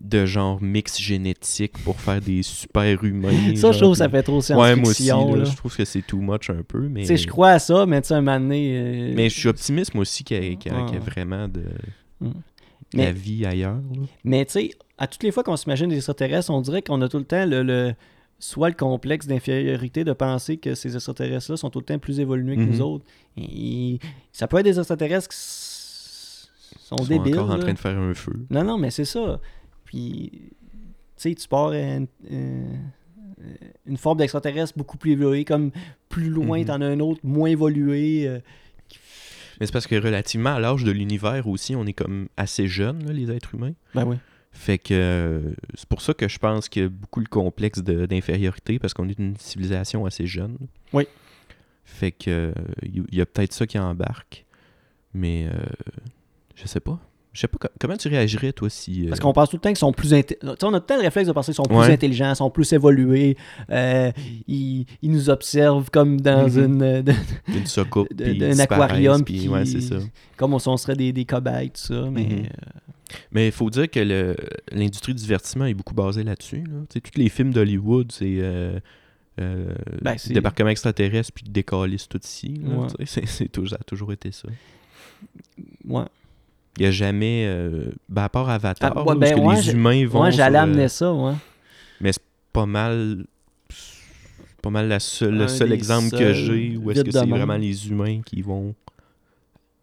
[SPEAKER 2] de genre mix génétique pour faire des super-humains.
[SPEAKER 1] Ça,
[SPEAKER 2] genre,
[SPEAKER 1] je trouve que ça
[SPEAKER 2] puis-
[SPEAKER 1] fait trop
[SPEAKER 2] Ouais, moi aussi,
[SPEAKER 1] science-fiction. là.
[SPEAKER 2] là, je trouve que c'est too much un peu, mais...
[SPEAKER 1] Tu sais, je crois à ça, mais tu sais, un moment donné, euh,
[SPEAKER 2] Mais je suis optimiste, moi aussi, qu'il y, a- qu'il y a-
[SPEAKER 1] Ouais,
[SPEAKER 2] qu'il y a
[SPEAKER 1] ouais.
[SPEAKER 2] vraiment de
[SPEAKER 1] Ah. Mm.
[SPEAKER 2] de la
[SPEAKER 1] Mais-
[SPEAKER 2] vie ailleurs. là.
[SPEAKER 1] Mais tu sais, à toutes les fois qu'on s'imagine des extraterrestres, on dirait qu'on a tout le temps le, le- soit le complexe d'infériorité de penser que ces extraterrestres-là sont tout le temps plus évolués que
[SPEAKER 2] Mhm.
[SPEAKER 1] nous autres. Et- ça peut être des extraterrestres qui s- sont,
[SPEAKER 2] Ils sont
[SPEAKER 1] débiles.
[SPEAKER 2] encore en
[SPEAKER 1] là.
[SPEAKER 2] train de faire un feu.
[SPEAKER 1] Non, non, mais c'est ça. Puis, tu sais, tu pars à une, euh, une forme d'extraterrestre beaucoup plus évoluée, comme plus loin,
[SPEAKER 2] Mhm.
[SPEAKER 1] t'en as un autre moins évolué. euh,
[SPEAKER 2] Mais c'est parce que relativement à l'âge de l'univers aussi, on est comme assez jeunes, là, les êtres humains.
[SPEAKER 1] Ben oui.
[SPEAKER 2] Fait que euh, c'est pour ça que je pense qu'il y a beaucoup le complexe de- d'infériorité, parce qu'on est une civilisation assez jeune.
[SPEAKER 1] Oui.
[SPEAKER 2] Fait que euh, il y- il y a peut-être ça qui embarque. Mais euh, je sais pas. Je sais pas co- comment tu réagirais toi si. euh,
[SPEAKER 1] Parce qu'on pense tout le temps qu'ils sont plus. inté- Tu sais, on a tout le temps le réflexe de penser qu'ils sont plus
[SPEAKER 2] Ouais.
[SPEAKER 1] intelligents, sont plus évolués, euh, ils, ils nous observent comme dans
[SPEAKER 2] Mhm.
[SPEAKER 1] une. euh, de-
[SPEAKER 2] une soucoupe,
[SPEAKER 1] de-
[SPEAKER 2] puis
[SPEAKER 1] d'un
[SPEAKER 2] ils disparaissent,
[SPEAKER 1] aquarium,
[SPEAKER 2] puis
[SPEAKER 1] puis-
[SPEAKER 2] ouais, c'est ça.
[SPEAKER 1] comme on, on serait des, des cobayes, tout ça. Mais
[SPEAKER 2] Mhm.
[SPEAKER 1] euh,
[SPEAKER 2] Mais il faut dire que le- l'industrie du divertissement est beaucoup basée là-dessus. Là. Tu sais, Tous les films d'Hollywood, c'est euh, euh,
[SPEAKER 1] Ben, c'est-
[SPEAKER 2] débarquement extraterrestre puis décaliste tout ici. là.
[SPEAKER 1] Ouais.
[SPEAKER 2] Tu sais, c'est- c'est tou- ça a toujours été ça.
[SPEAKER 1] ouais.
[SPEAKER 2] Il n'y a jamais, euh, ben, à part Avatar,
[SPEAKER 1] Ah, ouais,
[SPEAKER 2] là, où
[SPEAKER 1] ben,
[SPEAKER 2] est-ce que
[SPEAKER 1] ouais,
[SPEAKER 2] les
[SPEAKER 1] j'ai-
[SPEAKER 2] humains vont.
[SPEAKER 1] Ouais, j'allais
[SPEAKER 2] sur, euh,
[SPEAKER 1] amener ça, ouais.
[SPEAKER 2] Mais c'est pas mal, c'est pas mal la seule-
[SPEAKER 1] Un
[SPEAKER 2] le seul
[SPEAKER 1] des
[SPEAKER 2] exemple que
[SPEAKER 1] seuls
[SPEAKER 2] j'ai où est-ce
[SPEAKER 1] vite
[SPEAKER 2] que
[SPEAKER 1] de
[SPEAKER 2] c'est
[SPEAKER 1] même.
[SPEAKER 2] vraiment les humains qui vont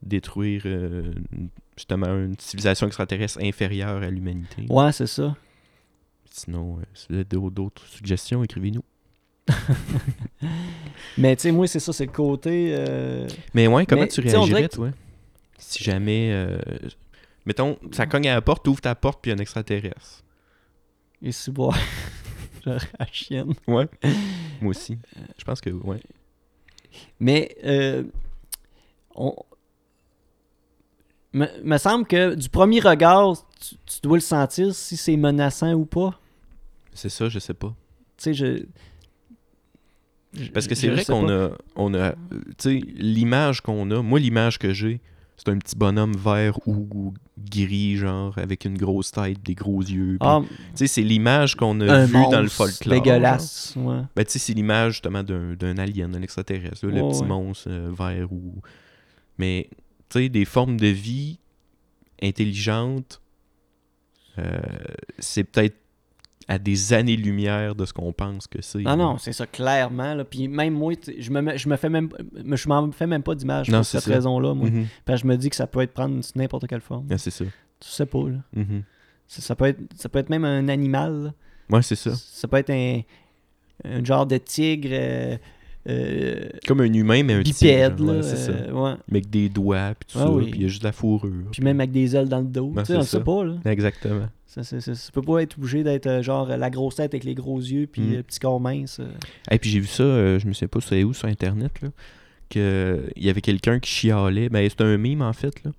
[SPEAKER 2] détruire euh, une- justement une civilisation extraterrestre inférieure à l'humanité.
[SPEAKER 1] Ouais, c'est ça.
[SPEAKER 2] Sinon, euh, si vous avez d'au- d'autres suggestions, écrivez-nous.
[SPEAKER 1] Mais tu sais, moi, c'est ça, c'est le côté. euh,
[SPEAKER 2] Mais ouais, comment
[SPEAKER 1] Mais,
[SPEAKER 2] tu
[SPEAKER 1] tu sais, on dirait
[SPEAKER 2] réagirais,
[SPEAKER 1] que-
[SPEAKER 2] toi Si jamais. euh, mettons, ça cogne à la porte, t'ouvres ta porte, puis il y a un extraterrestre.
[SPEAKER 1] Et si boire. J'aurais la chienne.
[SPEAKER 2] Ouais. Moi aussi. Je pense que, ouais.
[SPEAKER 1] Mais euh, on... me, me semble que du premier regard, tu, tu dois le sentir si c'est menaçant ou pas.
[SPEAKER 2] C'est ça, je sais pas.
[SPEAKER 1] Tu sais, je. je-
[SPEAKER 2] Parce que c'est
[SPEAKER 1] je
[SPEAKER 2] vrai
[SPEAKER 1] sais
[SPEAKER 2] qu'on
[SPEAKER 1] pas.
[SPEAKER 2] a. On a euh, tu sais, l'image qu'on a, moi, l'image que j'ai, c'est un petit bonhomme vert ou, ou gris, genre, avec une grosse tête, des gros yeux. puis-
[SPEAKER 1] Ah,
[SPEAKER 2] tu sais, c'est l'image qu'on a
[SPEAKER 1] un
[SPEAKER 2] vue
[SPEAKER 1] monstre
[SPEAKER 2] dans le folklore. genre.
[SPEAKER 1] Dégueulasse, ouais.
[SPEAKER 2] Ben, tu sais, c'est l'image justement d'un d'un alien, d'un extraterrestre, là, le
[SPEAKER 1] Ouais,
[SPEAKER 2] petit
[SPEAKER 1] ouais.
[SPEAKER 2] monstre euh, vert ou. Mais, tu sais, des formes de vie intelligentes, euh, c'est peut-être à des années-lumière de ce qu'on pense que c'est. là.
[SPEAKER 1] Ah Non, non, c'est ça, clairement. là. Puis même moi, tu sais, je me, mets- je me fais même, me- je m'en fais même pas d'image
[SPEAKER 2] Non,
[SPEAKER 1] pour
[SPEAKER 2] c'est
[SPEAKER 1] cette
[SPEAKER 2] ça.
[SPEAKER 1] raison-là. Moi.
[SPEAKER 2] Mhm.
[SPEAKER 1] Parce que je me dis que ça peut être prendre sous n'importe quelle forme.
[SPEAKER 2] Ah, c'est ça.
[SPEAKER 1] Tu sais pas, là.
[SPEAKER 2] Mhm.
[SPEAKER 1] Ça, ça peut être, ça peut être même un animal. là.
[SPEAKER 2] Ouais, c'est ça.
[SPEAKER 1] Ça peut être un, un genre de tigre euh, euh,
[SPEAKER 2] Comme un humain, mais un
[SPEAKER 1] bipède.
[SPEAKER 2] tigre, genre,
[SPEAKER 1] là,
[SPEAKER 2] ouais, c'est ça.
[SPEAKER 1] euh, ouais.
[SPEAKER 2] Mais avec des doigts, puis tout
[SPEAKER 1] Ah
[SPEAKER 2] ça,
[SPEAKER 1] oui.
[SPEAKER 2] puis il y a juste de la fourrure.
[SPEAKER 1] Puis même avec des ailes dans le dos.
[SPEAKER 2] Ben,
[SPEAKER 1] tu sais,
[SPEAKER 2] c'est
[SPEAKER 1] on le
[SPEAKER 2] ça.
[SPEAKER 1] sait pas. Là.
[SPEAKER 2] Exactement.
[SPEAKER 1] Ça, c'est- c'est- ça peut pas être obligé d'être euh, genre la grosse tête avec les gros yeux puis
[SPEAKER 2] Mm.
[SPEAKER 1] le petit corps mince. euh.
[SPEAKER 2] Et puis j'ai vu ça, euh, je me sais pas c'est où sur internet là, que il y avait quelqu'un qui chialait, ben c'est un mime en fait là,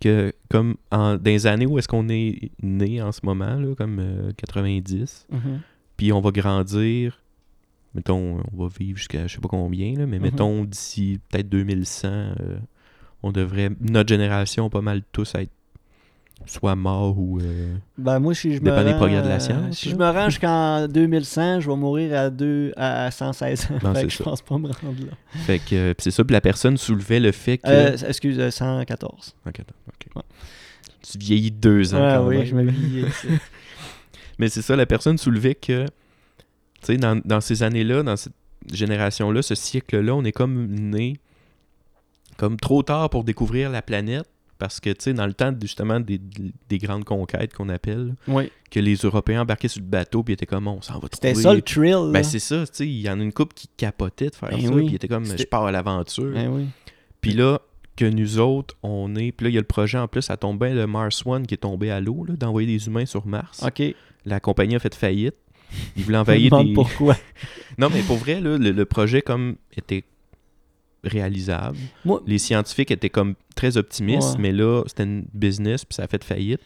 [SPEAKER 2] que comme en dans les années où est-ce qu'on est né en ce moment là, comme euh, 90, puis on va grandir mettons, on va vivre jusqu'à je sais pas combien, là, mais mettons, d'ici peut-être 2100, euh, on devrait, notre génération, pas mal tous être soit morts ou. euh,
[SPEAKER 1] Ben, moi, si je me
[SPEAKER 2] Dépend des
[SPEAKER 1] rends,
[SPEAKER 2] progrès de la
[SPEAKER 1] euh,
[SPEAKER 2] science,
[SPEAKER 1] Si
[SPEAKER 2] là.
[SPEAKER 1] je me rends jusqu'en 2100, je vais mourir à, deux, à à 116 ans.
[SPEAKER 2] Non,
[SPEAKER 1] fait
[SPEAKER 2] c'est
[SPEAKER 1] que je
[SPEAKER 2] ça.
[SPEAKER 1] pense pas me rendre là.
[SPEAKER 2] Fait que euh, pis c'est ça, puis la personne soulevait le fait que.
[SPEAKER 1] Euh, excuse, euh, 114.
[SPEAKER 2] Ok, attends, ok.
[SPEAKER 1] Ouais.
[SPEAKER 2] Tu vieillis de deux ans.
[SPEAKER 1] Ah
[SPEAKER 2] quand
[SPEAKER 1] oui,
[SPEAKER 2] même.
[SPEAKER 1] je m'habillais. ici.
[SPEAKER 2] Mais c'est ça, la personne soulevait que, tu sais, dans, dans ces années-là, dans cette génération-là, ce siècle-là, on est comme né comme trop tard pour découvrir la planète. Parce que, tu sais, dans le temps, justement, des, des grandes conquêtes qu'on appelle,
[SPEAKER 1] oui,
[SPEAKER 2] que les Européens embarquaient sur le bateau, puis étaient comme, on s'en va trouver.
[SPEAKER 1] c'était ça le thrill.
[SPEAKER 2] Ben,
[SPEAKER 1] là.
[SPEAKER 2] c'est ça, tu sais, il y en a une couple qui capotait de faire
[SPEAKER 1] Ben
[SPEAKER 2] ça,
[SPEAKER 1] oui.
[SPEAKER 2] puis ils étaient comme,
[SPEAKER 1] C'était-
[SPEAKER 2] je pars à l'aventure.
[SPEAKER 1] Ben oui.
[SPEAKER 2] Puis là, que nous autres, on est. Puis là, il y a le projet en plus, ça tombe bien, le Mars One qui est tombé à l'eau, là, d'envoyer des humains sur Mars.
[SPEAKER 1] OK.
[SPEAKER 2] La compagnie a fait faillite. Ils
[SPEAKER 1] Je
[SPEAKER 2] voulaient
[SPEAKER 1] me
[SPEAKER 2] envahir
[SPEAKER 1] demande
[SPEAKER 2] des.
[SPEAKER 1] pourquoi.
[SPEAKER 2] Non, mais pour vrai, là, le, le projet comme était réalisable.
[SPEAKER 1] Moi-
[SPEAKER 2] Les scientifiques étaient comme très optimistes,
[SPEAKER 1] Ouais.
[SPEAKER 2] mais là, c'était une business, puis ça a fait faillite.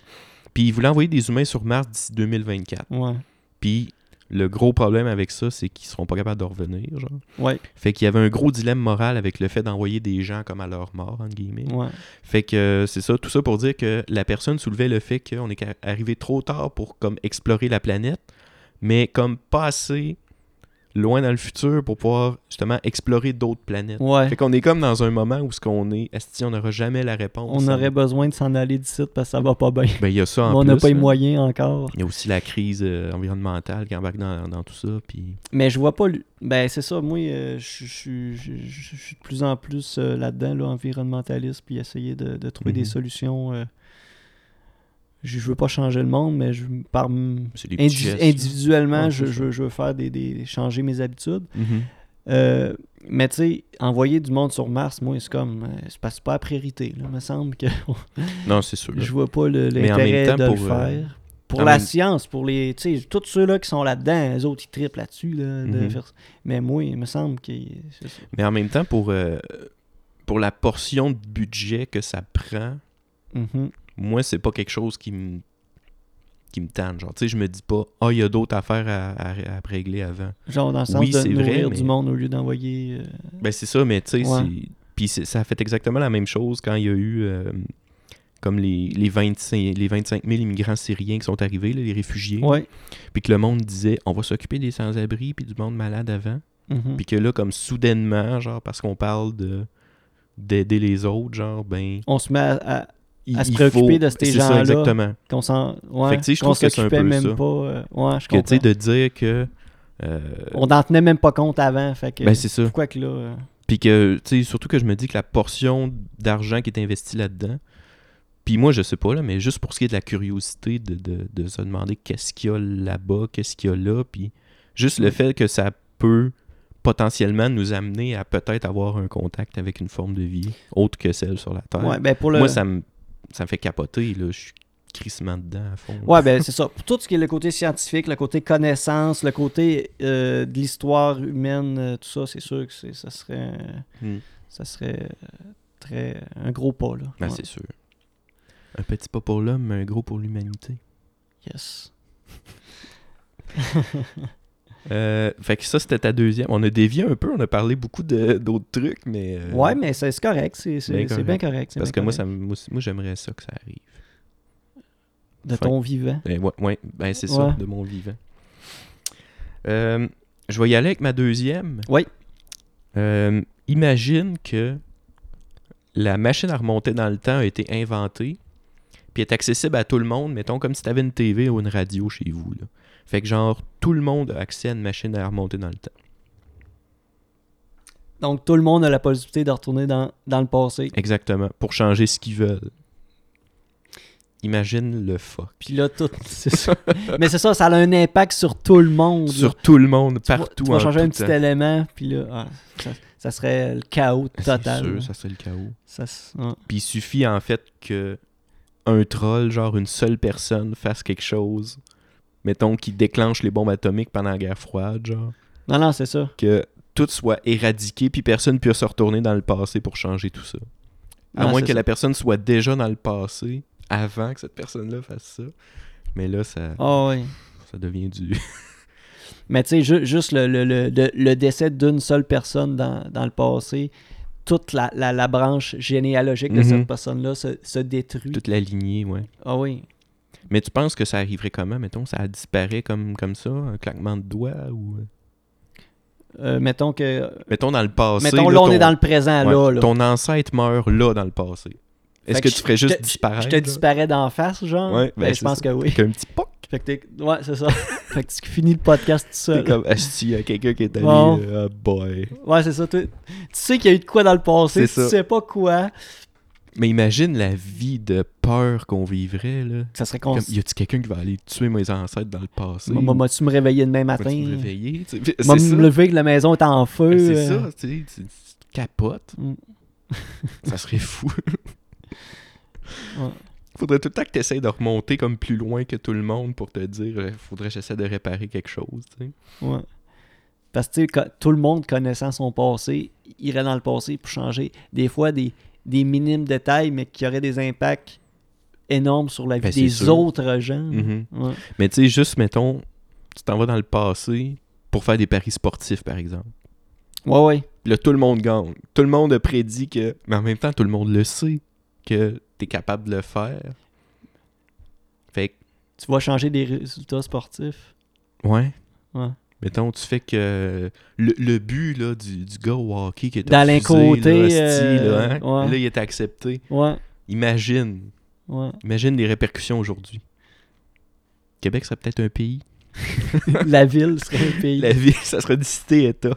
[SPEAKER 2] Puis ils voulaient envoyer des humains sur Mars d'ici 2024.
[SPEAKER 1] Ouais.
[SPEAKER 2] Puis le gros problème avec ça, c'est qu'ils seront pas capables de revenir. Genre.
[SPEAKER 1] Ouais.
[SPEAKER 2] Fait qu'il y avait un gros dilemme moral avec le fait d'envoyer des gens comme à leur mort, entre guillemets.
[SPEAKER 1] Ouais.
[SPEAKER 2] Fait que euh, c'est ça, tout ça pour dire que la personne soulevait le fait qu'on est ca- arrivé trop tard pour comme explorer la planète, mais comme pas assez loin dans le futur pour pouvoir justement explorer d'autres planètes.
[SPEAKER 1] Ouais.
[SPEAKER 2] Fait qu'on est comme dans un moment où ce qu'on est, asti, on n'aura jamais la réponse.
[SPEAKER 1] On aurait besoin de s'en aller d'ici parce que ça va pas bien.
[SPEAKER 2] ben il y a ça en
[SPEAKER 1] on n'a
[SPEAKER 2] plus.
[SPEAKER 1] pas les
[SPEAKER 2] là.
[SPEAKER 1] moyens encore.
[SPEAKER 2] Il y a aussi la crise euh, environnementale qui embarque dans, dans tout ça, puis
[SPEAKER 1] Mais je vois pas. l- Ben, c'est ça. Moi, euh, je je- je- je- je suis de plus en plus euh, là-dedans, là, environnementaliste, puis essayer de, de trouver des
[SPEAKER 2] Mhm.
[SPEAKER 1] solutions. euh. Je je veux pas changer le monde, mais je, par, m-
[SPEAKER 2] c'est des petits
[SPEAKER 1] indi-
[SPEAKER 2] gestes, là.
[SPEAKER 1] individuellement,
[SPEAKER 2] Ouais,
[SPEAKER 1] je,
[SPEAKER 2] c'est ça.
[SPEAKER 1] je veux- je veux faire des, des- changer mes habitudes.
[SPEAKER 2] Mhm.
[SPEAKER 1] Euh, mais tu sais, envoyer du monde sur Mars, moi, c'est comme. euh, C'est pas super priorité. Là. Il me semble que
[SPEAKER 2] Non, c'est sûr.
[SPEAKER 1] je vois pas le-
[SPEAKER 2] Mais en
[SPEAKER 1] l'intérêt
[SPEAKER 2] même temps,
[SPEAKER 1] de
[SPEAKER 2] pour,
[SPEAKER 1] le
[SPEAKER 2] euh,
[SPEAKER 1] faire. Pour
[SPEAKER 2] en
[SPEAKER 1] la
[SPEAKER 2] même-
[SPEAKER 1] science, pour les. Tu sais, tous ceux-là qui sont là-dedans, les autres, ils triplent là-dessus. là, de
[SPEAKER 2] Mhm.
[SPEAKER 1] faire- Mais moi, il me semble que. c'est ça.
[SPEAKER 2] Mais en même temps, pour, euh, pour la portion de budget que ça prend,
[SPEAKER 1] Mhm.
[SPEAKER 2] moi, c'est pas quelque chose qui me qui me tanne. Genre, tu sais, je me dis pas, ah, il y a d'autres affaires à, à- à régler avant.
[SPEAKER 1] Genre dans le sens
[SPEAKER 2] Oui,
[SPEAKER 1] de
[SPEAKER 2] c'est vrai,
[SPEAKER 1] nourrir
[SPEAKER 2] mais-
[SPEAKER 1] du monde au lieu d'envoyer. euh,
[SPEAKER 2] Ben, c'est ça, mais tu
[SPEAKER 1] Ouais.
[SPEAKER 2] sais, c'est- puis c'est- ça a fait exactement la même chose quand il y a eu euh, comme les, les, 25, les 25 000 immigrants syriens qui sont arrivés, là, les réfugiés,
[SPEAKER 1] euh, Ouais.
[SPEAKER 2] puis que le monde disait, on va s'occuper des sans-abri puis du monde malade avant.
[SPEAKER 1] Mhm.
[SPEAKER 2] Puis que là, comme soudainement, genre, parce qu'on parle de d'aider les autres, genre, ben,
[SPEAKER 1] On se met à. à-
[SPEAKER 2] il,
[SPEAKER 1] À se
[SPEAKER 2] il
[SPEAKER 1] préoccuper
[SPEAKER 2] faut-
[SPEAKER 1] de ces
[SPEAKER 2] c'est ça,
[SPEAKER 1] gens-là.
[SPEAKER 2] exactement.
[SPEAKER 1] qu'on s'en. Ouais,
[SPEAKER 2] Fait que, tu sais, je
[SPEAKER 1] qu'on
[SPEAKER 2] trouve que c'est un
[SPEAKER 1] s'occupait
[SPEAKER 2] peu
[SPEAKER 1] même
[SPEAKER 2] ça.
[SPEAKER 1] pas. euh, Ouais, je
[SPEAKER 2] Que, tu sais,
[SPEAKER 1] comprends.
[SPEAKER 2] de dire que... euh,
[SPEAKER 1] On n'en tenait même pas compte avant. Fait que.
[SPEAKER 2] ben, c'est ça.
[SPEAKER 1] pourquoi que là. euh,
[SPEAKER 2] Puis que, tu sais, surtout que je me dis que la portion d'argent qui est investie là-dedans, puis moi, je sais pas, là, mais juste pour ce qui est de la curiosité de, de- de se demander qu'est-ce qu'il y a là-bas, qu'est-ce qu'il y a là, puis juste le fait que ça peut potentiellement nous amener à peut-être avoir un contact avec une forme de vie autre que celle sur la Terre.
[SPEAKER 1] Ouais, ben pour le.
[SPEAKER 2] Moi, ça me, ça me fait capoter, là. Je suis crissement dedans à fond.
[SPEAKER 1] Ouais, ben c'est ça. Pour tout ce qui est le côté scientifique, le côté connaissance, le côté euh, de l'histoire humaine, euh, tout ça, c'est sûr que c'est, ça serait, un-
[SPEAKER 2] Hmm.
[SPEAKER 1] ça serait euh, très, un gros pas. Là.
[SPEAKER 2] Ben,
[SPEAKER 1] Ouais.
[SPEAKER 2] c'est sûr. Un petit pas pour l'homme, mais un gros pour l'humanité.
[SPEAKER 1] Yes.
[SPEAKER 2] Euh, fait que ça, c'était ta deuxième. On a dévié un peu, on a parlé beaucoup de- d'autres trucs, mais. euh,
[SPEAKER 1] ouais, mais c'est, c'est correct. C'est, c'est,
[SPEAKER 2] bien
[SPEAKER 1] c'est bien correct. c'est
[SPEAKER 2] Parce que
[SPEAKER 1] bien
[SPEAKER 2] moi,
[SPEAKER 1] correct.
[SPEAKER 2] ça, me- moi, moi, j'aimerais ça que ça arrive.
[SPEAKER 1] De ton vivant.
[SPEAKER 2] Ben, ouais, ouais, ben c'est
[SPEAKER 1] Ouais.
[SPEAKER 2] ça, de mon vivant. Euh, je vais y aller avec ma deuxième.
[SPEAKER 1] Oui.
[SPEAKER 2] Euh, imagine que la machine à remonter dans le temps a été inventée, puis est accessible à tout le monde, mettons comme si tu avais une TV ou une radio chez vous. là. Fait que genre, tout le monde a accès à une machine à remonter dans le temps.
[SPEAKER 1] Donc, tout le monde a la possibilité de retourner dans, dans le passé.
[SPEAKER 2] Exactement, pour changer ce qu'ils veulent. Imagine le fuck.
[SPEAKER 1] Puis là, tout. C'est ça. mais c'est ça, ça a un impact sur tout le monde. là.
[SPEAKER 2] Sur tout le monde,
[SPEAKER 1] Tu vas-
[SPEAKER 2] partout,
[SPEAKER 1] Tu vas
[SPEAKER 2] en
[SPEAKER 1] changer
[SPEAKER 2] tout
[SPEAKER 1] un petit
[SPEAKER 2] temps.
[SPEAKER 1] élément, puis là, ah, ça, ça serait le chaos total.
[SPEAKER 2] Ah,
[SPEAKER 1] là.
[SPEAKER 2] C'est sûr, ça serait le chaos.
[SPEAKER 1] Ça s- ouais.
[SPEAKER 2] Puis il suffit en fait que un troll, genre une seule personne, fasse quelque chose, mettons qui déclenche les bombes atomiques pendant la guerre froide, genre,
[SPEAKER 1] Non, non, c'est ça.
[SPEAKER 2] que tout soit éradiqué, puis personne puisse se retourner dans le passé pour changer tout ça. À
[SPEAKER 1] Ah,
[SPEAKER 2] moins
[SPEAKER 1] c'est
[SPEAKER 2] que
[SPEAKER 1] ça.
[SPEAKER 2] la personne soit déjà dans le passé avant que cette personne-là fasse ça. Mais là, ça,
[SPEAKER 1] Ah oui.
[SPEAKER 2] ça devient du.
[SPEAKER 1] Ah, Mais tu sais, ju- juste le, le- le- de- le décès d'une seule personne dans, dans le passé, toute la, la- la branche généalogique de
[SPEAKER 2] Mhm.
[SPEAKER 1] cette personne-là se, se détruit.
[SPEAKER 2] Toute la lignée, ouais.
[SPEAKER 1] Ah oui.
[SPEAKER 2] Mais tu penses que ça arriverait comment, mettons? Ça disparaît comme, comme ça, un claquement de doigts ou...
[SPEAKER 1] Euh, mettons que.
[SPEAKER 2] Mettons dans le passé.
[SPEAKER 1] mettons, là, on est dans le présent,
[SPEAKER 2] Ouais,
[SPEAKER 1] là. là.
[SPEAKER 2] Ton ancêtre meurt là dans le passé. Est-ce
[SPEAKER 1] Fait
[SPEAKER 2] que,
[SPEAKER 1] je-
[SPEAKER 2] tu ferais
[SPEAKER 1] je
[SPEAKER 2] juste
[SPEAKER 1] te-
[SPEAKER 2] disparaître?
[SPEAKER 1] Je te
[SPEAKER 2] là?
[SPEAKER 1] disparais d'en face, genre.
[SPEAKER 2] Ouais, ben,
[SPEAKER 1] Ben, je
[SPEAKER 2] c'est
[SPEAKER 1] pense
[SPEAKER 2] ça.
[SPEAKER 1] que oui.
[SPEAKER 2] Avec un petit poc.
[SPEAKER 1] Fait que t'es- Ouais, c'est ça. fait que tu finis le podcast tout
[SPEAKER 2] C'est
[SPEAKER 1] seul.
[SPEAKER 2] comme, ah, si, il y a quelqu'un qui est allé,
[SPEAKER 1] Bon.
[SPEAKER 2] euh, ah, boy.
[SPEAKER 1] Ouais, c'est ça. Tu, tu sais qu'il y a eu de quoi dans le passé, tu
[SPEAKER 2] C'est ça.
[SPEAKER 1] sais pas quoi.
[SPEAKER 2] Mais imagine la vie de peur qu'on vivrait, là.
[SPEAKER 1] Ça serait con.
[SPEAKER 2] Comme, y a-tu quelqu'un qui va aller tuer mes ancêtres dans le passé?
[SPEAKER 1] Moi, moi, tu me réveiller demain
[SPEAKER 2] Vas-tu
[SPEAKER 1] matin.
[SPEAKER 2] me réveiller? Tu sais,
[SPEAKER 1] Moi,
[SPEAKER 2] C'est ça.
[SPEAKER 1] me lever que la maison est en feu.
[SPEAKER 2] Ben, C'est
[SPEAKER 1] euh.
[SPEAKER 2] ça, tu sais, tu- tu capotes.
[SPEAKER 1] Mm.
[SPEAKER 2] ça serait fou.
[SPEAKER 1] Ouais.
[SPEAKER 2] Faudrait tout le temps que tu essaies de remonter comme plus loin que tout le monde pour te dire euh, faudrait que j'essaie de réparer quelque chose. tu sais.
[SPEAKER 1] Ouais. Parce que tu sais, co- tout le monde connaissant son passé irait dans le passé pour changer des fois des, des minimes détails, mais qui auraient des impacts énormes sur la vie
[SPEAKER 2] Ben, c'est
[SPEAKER 1] des
[SPEAKER 2] sûr.
[SPEAKER 1] autres gens.
[SPEAKER 2] Mhm.
[SPEAKER 1] Ouais.
[SPEAKER 2] Mais tu sais, juste mettons, tu t'en vas dans le passé pour faire des paris sportifs, par exemple.
[SPEAKER 1] ouais, ouais.
[SPEAKER 2] Puis Là, tout le monde gagne. Tout le monde a prédit que. Mais en même temps, tout le monde le sait que t'es capable de le faire. Fait
[SPEAKER 1] Tu vas changer des résultats sportifs.
[SPEAKER 2] que, ouais.
[SPEAKER 1] Ouais.
[SPEAKER 2] Mettons, tu fais que le, le but là, du, du gars au hockey qui est
[SPEAKER 1] D'Alain Côté,
[SPEAKER 2] là, hostie, là, hein,
[SPEAKER 1] euh, ouais.
[SPEAKER 2] là, il est accepté.
[SPEAKER 1] Ouais,
[SPEAKER 2] Imagine.
[SPEAKER 1] ouais.
[SPEAKER 2] Imagine les répercussions aujourd'hui. Québec serait peut-être un pays.
[SPEAKER 1] la ville serait un pays.
[SPEAKER 2] La ville, ça serait une cité-État.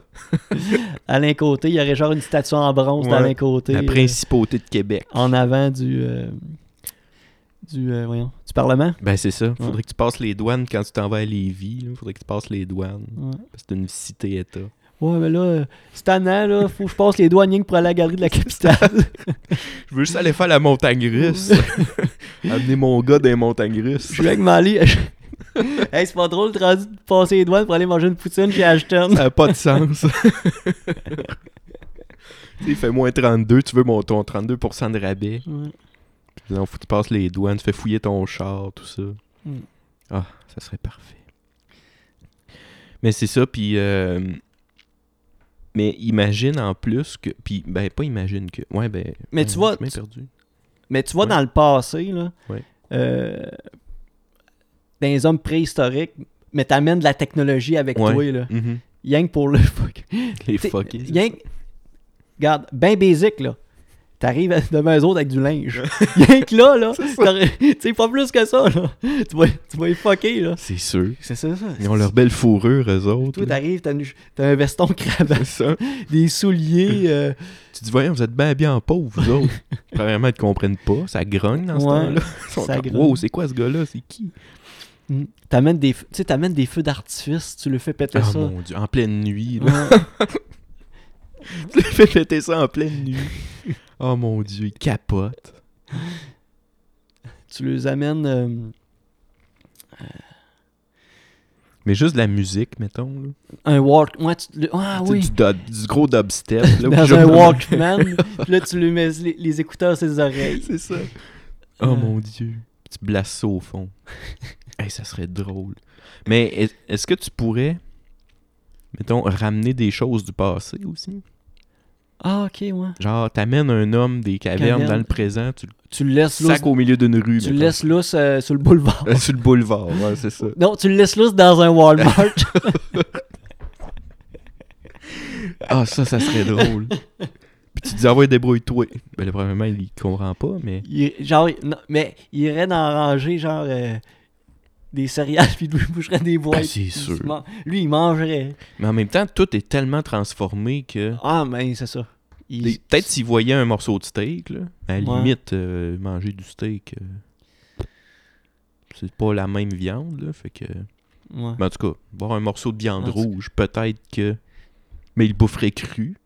[SPEAKER 1] Alain Côté, il y aurait genre une statue en bronze
[SPEAKER 2] Ouais.
[SPEAKER 1] d'Alain Côté.
[SPEAKER 2] La
[SPEAKER 1] euh,
[SPEAKER 2] principauté de Québec.
[SPEAKER 1] en avant du. euh, du, euh, voyons, du Parlement.
[SPEAKER 2] Ben, c'est ça. Faudrait
[SPEAKER 1] Ouais.
[SPEAKER 2] que tu passes les douanes quand tu t'en vas à Lévis. là. Faudrait que tu passes les douanes.
[SPEAKER 1] Ouais.
[SPEAKER 2] Parce que C'est une cité-État.
[SPEAKER 1] Ouais, mais là, euh, cette année, là, faut que je passe les douaniers pour aller à la galerie de la capitale.
[SPEAKER 2] Je veux juste aller faire la montagne russe. Amener mon gars dans les montagnes russes.
[SPEAKER 1] je suis avec Mali. hey, c'est pas drôle de rendu de passer les douanes pour aller manger une poutine chez Ashton.
[SPEAKER 2] Ça n'a pas de sens. Tu sais, Il fait moins 32, tu veux mon ton 32% de rabais.
[SPEAKER 1] Ouais.
[SPEAKER 2] Puis là, faut que tu passes les douanes, tu fais fouiller ton char, tout ça.
[SPEAKER 1] Mm.
[SPEAKER 2] Ah, ça serait parfait. Mais c'est ça, puis... euh, Mais imagine en plus que... Puis, ben, pas imagine que... Ouais, ben...
[SPEAKER 1] Mais
[SPEAKER 2] ouais,
[SPEAKER 1] tu
[SPEAKER 2] je
[SPEAKER 1] vois,
[SPEAKER 2] suis bien
[SPEAKER 1] tu-
[SPEAKER 2] perdu.
[SPEAKER 1] Mais tu vois,
[SPEAKER 2] Ouais.
[SPEAKER 1] dans le passé, là,
[SPEAKER 2] Ouais.
[SPEAKER 1] euh, dans les hommes préhistoriques, mais t'amènes de la technologie avec
[SPEAKER 2] Ouais.
[SPEAKER 1] toi, là.
[SPEAKER 2] Mhm.
[SPEAKER 1] Yang pour le fuck.
[SPEAKER 2] Les
[SPEAKER 1] T'sais,
[SPEAKER 2] fuckers.
[SPEAKER 1] Rien que- Regarde, ben basic, là. T'arrives à- devant eux autres avec du linge. Rien que là, là. t'aurais- Tu sais, pas plus que ça, là. Tu vas, tu vas les fucker, là.
[SPEAKER 2] C'est sûr.
[SPEAKER 1] C'est ça, ça.
[SPEAKER 2] Ils ont leur belle fourrure, eux autres.
[SPEAKER 1] Toi,
[SPEAKER 2] là.
[SPEAKER 1] t'arrives, t'as, une- t'as un veston cravate,
[SPEAKER 2] C'est ça.
[SPEAKER 1] des souliers. euh,
[SPEAKER 2] Tu dis, voyons, vous êtes bien bien en pauvre, vous autres. Premièrement, ils ne comprennent pas. Ça grogne dans ce
[SPEAKER 1] Ouais,
[SPEAKER 2] temps-là. Ils sont
[SPEAKER 1] ça
[SPEAKER 2] comme,
[SPEAKER 1] grogne.
[SPEAKER 2] Wow, c'est quoi ce gars-là? C'est qui?
[SPEAKER 1] mm. t'amènes, des, f- tu sais, t'amènes des feux d'artifice, tu le fais péter
[SPEAKER 2] Ah
[SPEAKER 1] ça.
[SPEAKER 2] mon Dieu, en pleine nuit. Là.
[SPEAKER 1] Ouais.
[SPEAKER 2] Tu lui fais péter ça en pleine nuit. oh mon Dieu, il capote.
[SPEAKER 1] tu les amènes. euh,
[SPEAKER 2] Mais juste de la musique, mettons. Là.
[SPEAKER 1] un walk. Ouais, tu le- ah
[SPEAKER 2] Tu sais,
[SPEAKER 1] oui.
[SPEAKER 2] du, dub- du gros dubstep. là, où
[SPEAKER 1] Dans
[SPEAKER 2] je-
[SPEAKER 1] un Walkman, puis là, tu lui mets les, les écouteurs à ses oreilles.
[SPEAKER 2] c'est ça.
[SPEAKER 1] Euh.
[SPEAKER 2] Oh mon Dieu. Tu blasses ça au fond. hey, ça serait drôle. Mais est- est-ce que tu pourrais, mettons, ramener des choses du passé aussi?
[SPEAKER 1] Ah, ok, ouais.
[SPEAKER 2] Genre, t'amènes un homme des cavernes
[SPEAKER 1] Caverne.
[SPEAKER 2] dans le présent, tu le
[SPEAKER 1] Tu le laisses lousse,
[SPEAKER 2] sacs au milieu d'une rue.
[SPEAKER 1] tu le
[SPEAKER 2] mettons.
[SPEAKER 1] laisses lousse euh, sur le boulevard.
[SPEAKER 2] Euh, sur le boulevard, ouais, c'est ça.
[SPEAKER 1] Non, tu le laisses lousse dans un Walmart.
[SPEAKER 2] Ah, ça, ça serait drôle. Puis tu dis, ah ouais, débrouille-toi. Ben, le premièrement, il comprend pas, mais.
[SPEAKER 1] Il- genre, non, mais il irait dans la rangée, genre, euh, des céréales, puis il bougerait des boîtes.
[SPEAKER 2] Ben, c'est
[SPEAKER 1] Il se
[SPEAKER 2] sûr.
[SPEAKER 1] man- Lui, il mangerait.
[SPEAKER 2] Mais en même temps, tout est tellement transformé que.
[SPEAKER 1] Ah, mais c'est ça. Il-
[SPEAKER 2] Des- Peut-être s'il voyait un morceau de steak, là. À la
[SPEAKER 1] Ouais.
[SPEAKER 2] limite, euh, manger du steak. euh, C'est pas la même viande, là. Fait que.
[SPEAKER 1] Ouais.
[SPEAKER 2] Mais en tout cas, boire un morceau de viande
[SPEAKER 1] En tout-
[SPEAKER 2] rouge, peut-être que. Mais il le boufferait cru.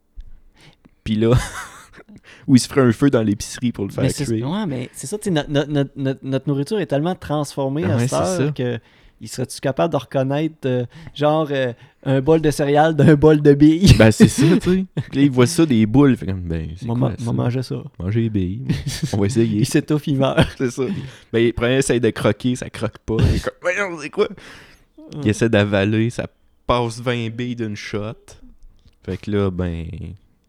[SPEAKER 2] Puis là. Ou il se ferait un feu dans l'épicerie pour le faire
[SPEAKER 1] Mais c'est
[SPEAKER 2] cuire.
[SPEAKER 1] ouais, mais c'est ça, tu sais, notre, notre- notre- notre- notre nourriture est tellement transformée à
[SPEAKER 2] Ouais,
[SPEAKER 1] cette
[SPEAKER 2] c'est ça.
[SPEAKER 1] heure que il serait-tu capable de reconnaître, euh, genre, euh, un bol de céréales d'un bol de billes?
[SPEAKER 2] Ben, c'est ça, tu sais. Puis là, il voit ça des boules. Fait comme, ben, c'est
[SPEAKER 1] Maman,
[SPEAKER 2] quoi ça?
[SPEAKER 1] maman mangeait ça.
[SPEAKER 2] Manger les billes. On va essayer.
[SPEAKER 1] Il s'étouffe, il meurt.
[SPEAKER 2] c'est ça. Ben, le premier essaye de croquer, ça croque pas. Il est comme, voyons, c'est quoi? Il essaie d'avaler, ça passe 20 billes d'une shot. Fait que là, ben.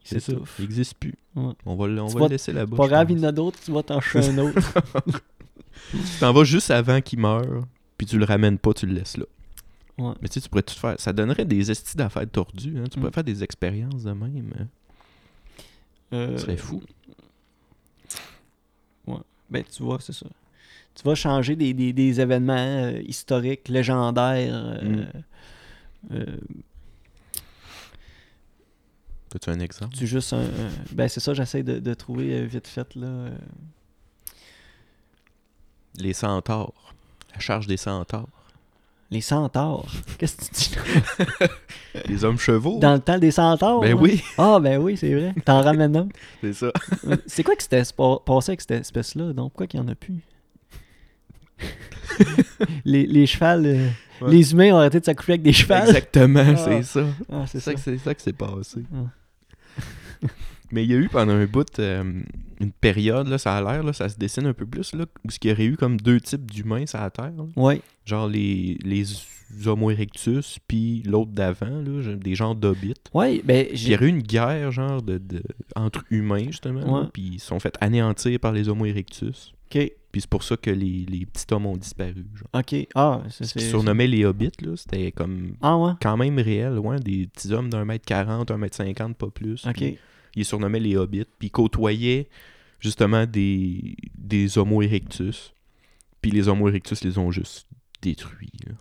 [SPEAKER 1] C'est ça.
[SPEAKER 2] Il n'existe plus.
[SPEAKER 1] Ouais.
[SPEAKER 2] On va, le- on
[SPEAKER 1] Tu
[SPEAKER 2] va
[SPEAKER 1] vas-
[SPEAKER 2] le laisser là-bas.
[SPEAKER 1] Pas
[SPEAKER 2] je
[SPEAKER 1] grave,
[SPEAKER 2] pense.
[SPEAKER 1] il y en a d'autres, tu vas t'en chercher un autre.
[SPEAKER 2] Tu t'en vas juste avant qu'il meure, puis tu le ramènes pas, tu le laisses là.
[SPEAKER 1] Ouais.
[SPEAKER 2] Mais tu sais, tu pourrais tout faire. Ça donnerait des estis d'affaires tordues. hein. Tu pourrais
[SPEAKER 1] Mm.
[SPEAKER 2] faire des expériences de même. hein.
[SPEAKER 1] Euh,
[SPEAKER 2] Ce serait fou.
[SPEAKER 1] Ben, tu vois, c'est ça. Tu vas changer des, des- des événements euh, historiques, légendaires. euh,
[SPEAKER 2] Mm.
[SPEAKER 1] euh,
[SPEAKER 2] T'as-tu un exemple?
[SPEAKER 1] tu juste un. un- ben, c'est ça, j'essaie de, de trouver euh, vite fait, là. euh,
[SPEAKER 2] Les centaures. La charge des centaures.
[SPEAKER 1] les centaures. Qu'est-ce que tu dis là?
[SPEAKER 2] Les hommes chevaux.
[SPEAKER 1] Dans le temps des centaures?
[SPEAKER 2] Ben
[SPEAKER 1] là?
[SPEAKER 2] oui,
[SPEAKER 1] Ah, ben oui, c'est vrai. T'en ramènes un.
[SPEAKER 2] c'est ça.
[SPEAKER 1] C'est quoi qui s'était spo- passé avec cette espèce-là? Donc, pourquoi qu'il n'y en a plus? les, les chevals. euh,
[SPEAKER 2] Ouais.
[SPEAKER 1] Les humains ont arrêté de s'accoucher avec des chevals.
[SPEAKER 2] Exactement,
[SPEAKER 1] Ah.
[SPEAKER 2] c'est ça.
[SPEAKER 1] Ah,
[SPEAKER 2] C'est
[SPEAKER 1] c'est
[SPEAKER 2] ça,
[SPEAKER 1] ça.
[SPEAKER 2] que- c'est ça que c'est passé.
[SPEAKER 1] Ah.
[SPEAKER 2] Mais il y a eu pendant un bout euh, une période, là, ça a l'air, là, ça se dessine un peu plus, là, où il y aurait eu comme deux types d'humains sur la Terre. là.
[SPEAKER 1] Ouais.
[SPEAKER 2] Genre les, les Homo erectus, puis l'autre d'avant, là, je- des genres d'hobbits.
[SPEAKER 1] Ouais, ben,
[SPEAKER 2] Puis il y
[SPEAKER 1] j'ai.
[SPEAKER 2] aurait eu une guerre, genre, de, de- entre humains, justement. là,
[SPEAKER 1] Ouais.
[SPEAKER 2] Puis ils se sont fait anéantir par les Homo erectus.
[SPEAKER 1] Ok.
[SPEAKER 2] Puis c'est pour ça que les, les petits hommes ont disparu. Genre.
[SPEAKER 1] Ok. Ah, ça,
[SPEAKER 2] Ce
[SPEAKER 1] c'est.
[SPEAKER 2] qu'ils surnommaient les hobbits, là, c'était comme
[SPEAKER 1] Ah, ouais.
[SPEAKER 2] quand même réel, ouais, des petits hommes d'un mètre quarante, un mètre cinquante, pas plus.
[SPEAKER 1] Ok.
[SPEAKER 2] Puis Ils surnommaient les hobbits, puis ils côtoyaient justement des, des Homo erectus. Puis les Homo erectus les ont juste détruits. là.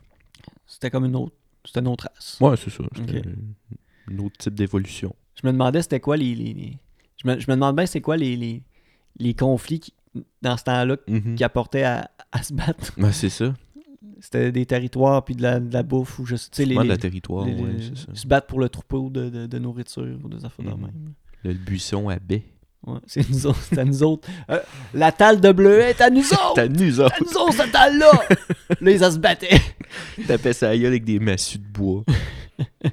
[SPEAKER 1] C'était comme une autre. C'était une autre race.
[SPEAKER 2] Ouais, c'est ça. C'est
[SPEAKER 1] Ok.
[SPEAKER 2] un, un autre type d'évolution.
[SPEAKER 1] Je me demandais c'était quoi les. les- les- Je, me, je me demande bien c'est quoi les, les, les conflits qui- dans ce temps-là
[SPEAKER 2] Mhm.
[SPEAKER 1] qui apportaient à, à se battre.
[SPEAKER 2] Ben, c'est ça.
[SPEAKER 1] C'était des territoires puis de la, de la bouffe ou je sais. tu sais, Les,
[SPEAKER 2] Vraiment de
[SPEAKER 1] les-
[SPEAKER 2] la territoire,
[SPEAKER 1] les-
[SPEAKER 2] ouais,
[SPEAKER 1] les-
[SPEAKER 2] c'est ça.
[SPEAKER 1] se battre pour le troupeau de, de- de nourriture ou des affaires de
[SPEAKER 2] Mhm.
[SPEAKER 1] même.
[SPEAKER 2] Le buisson à baie.
[SPEAKER 1] Ouais, c'est nous autres. C'est à nous autres. Euh, la talle de bleu est à nous autres!
[SPEAKER 2] T'as nous
[SPEAKER 1] C'est à nous autres, cette talle-là! là, ils en se battaient.
[SPEAKER 2] Tapais sa gueule avec des massues de bois.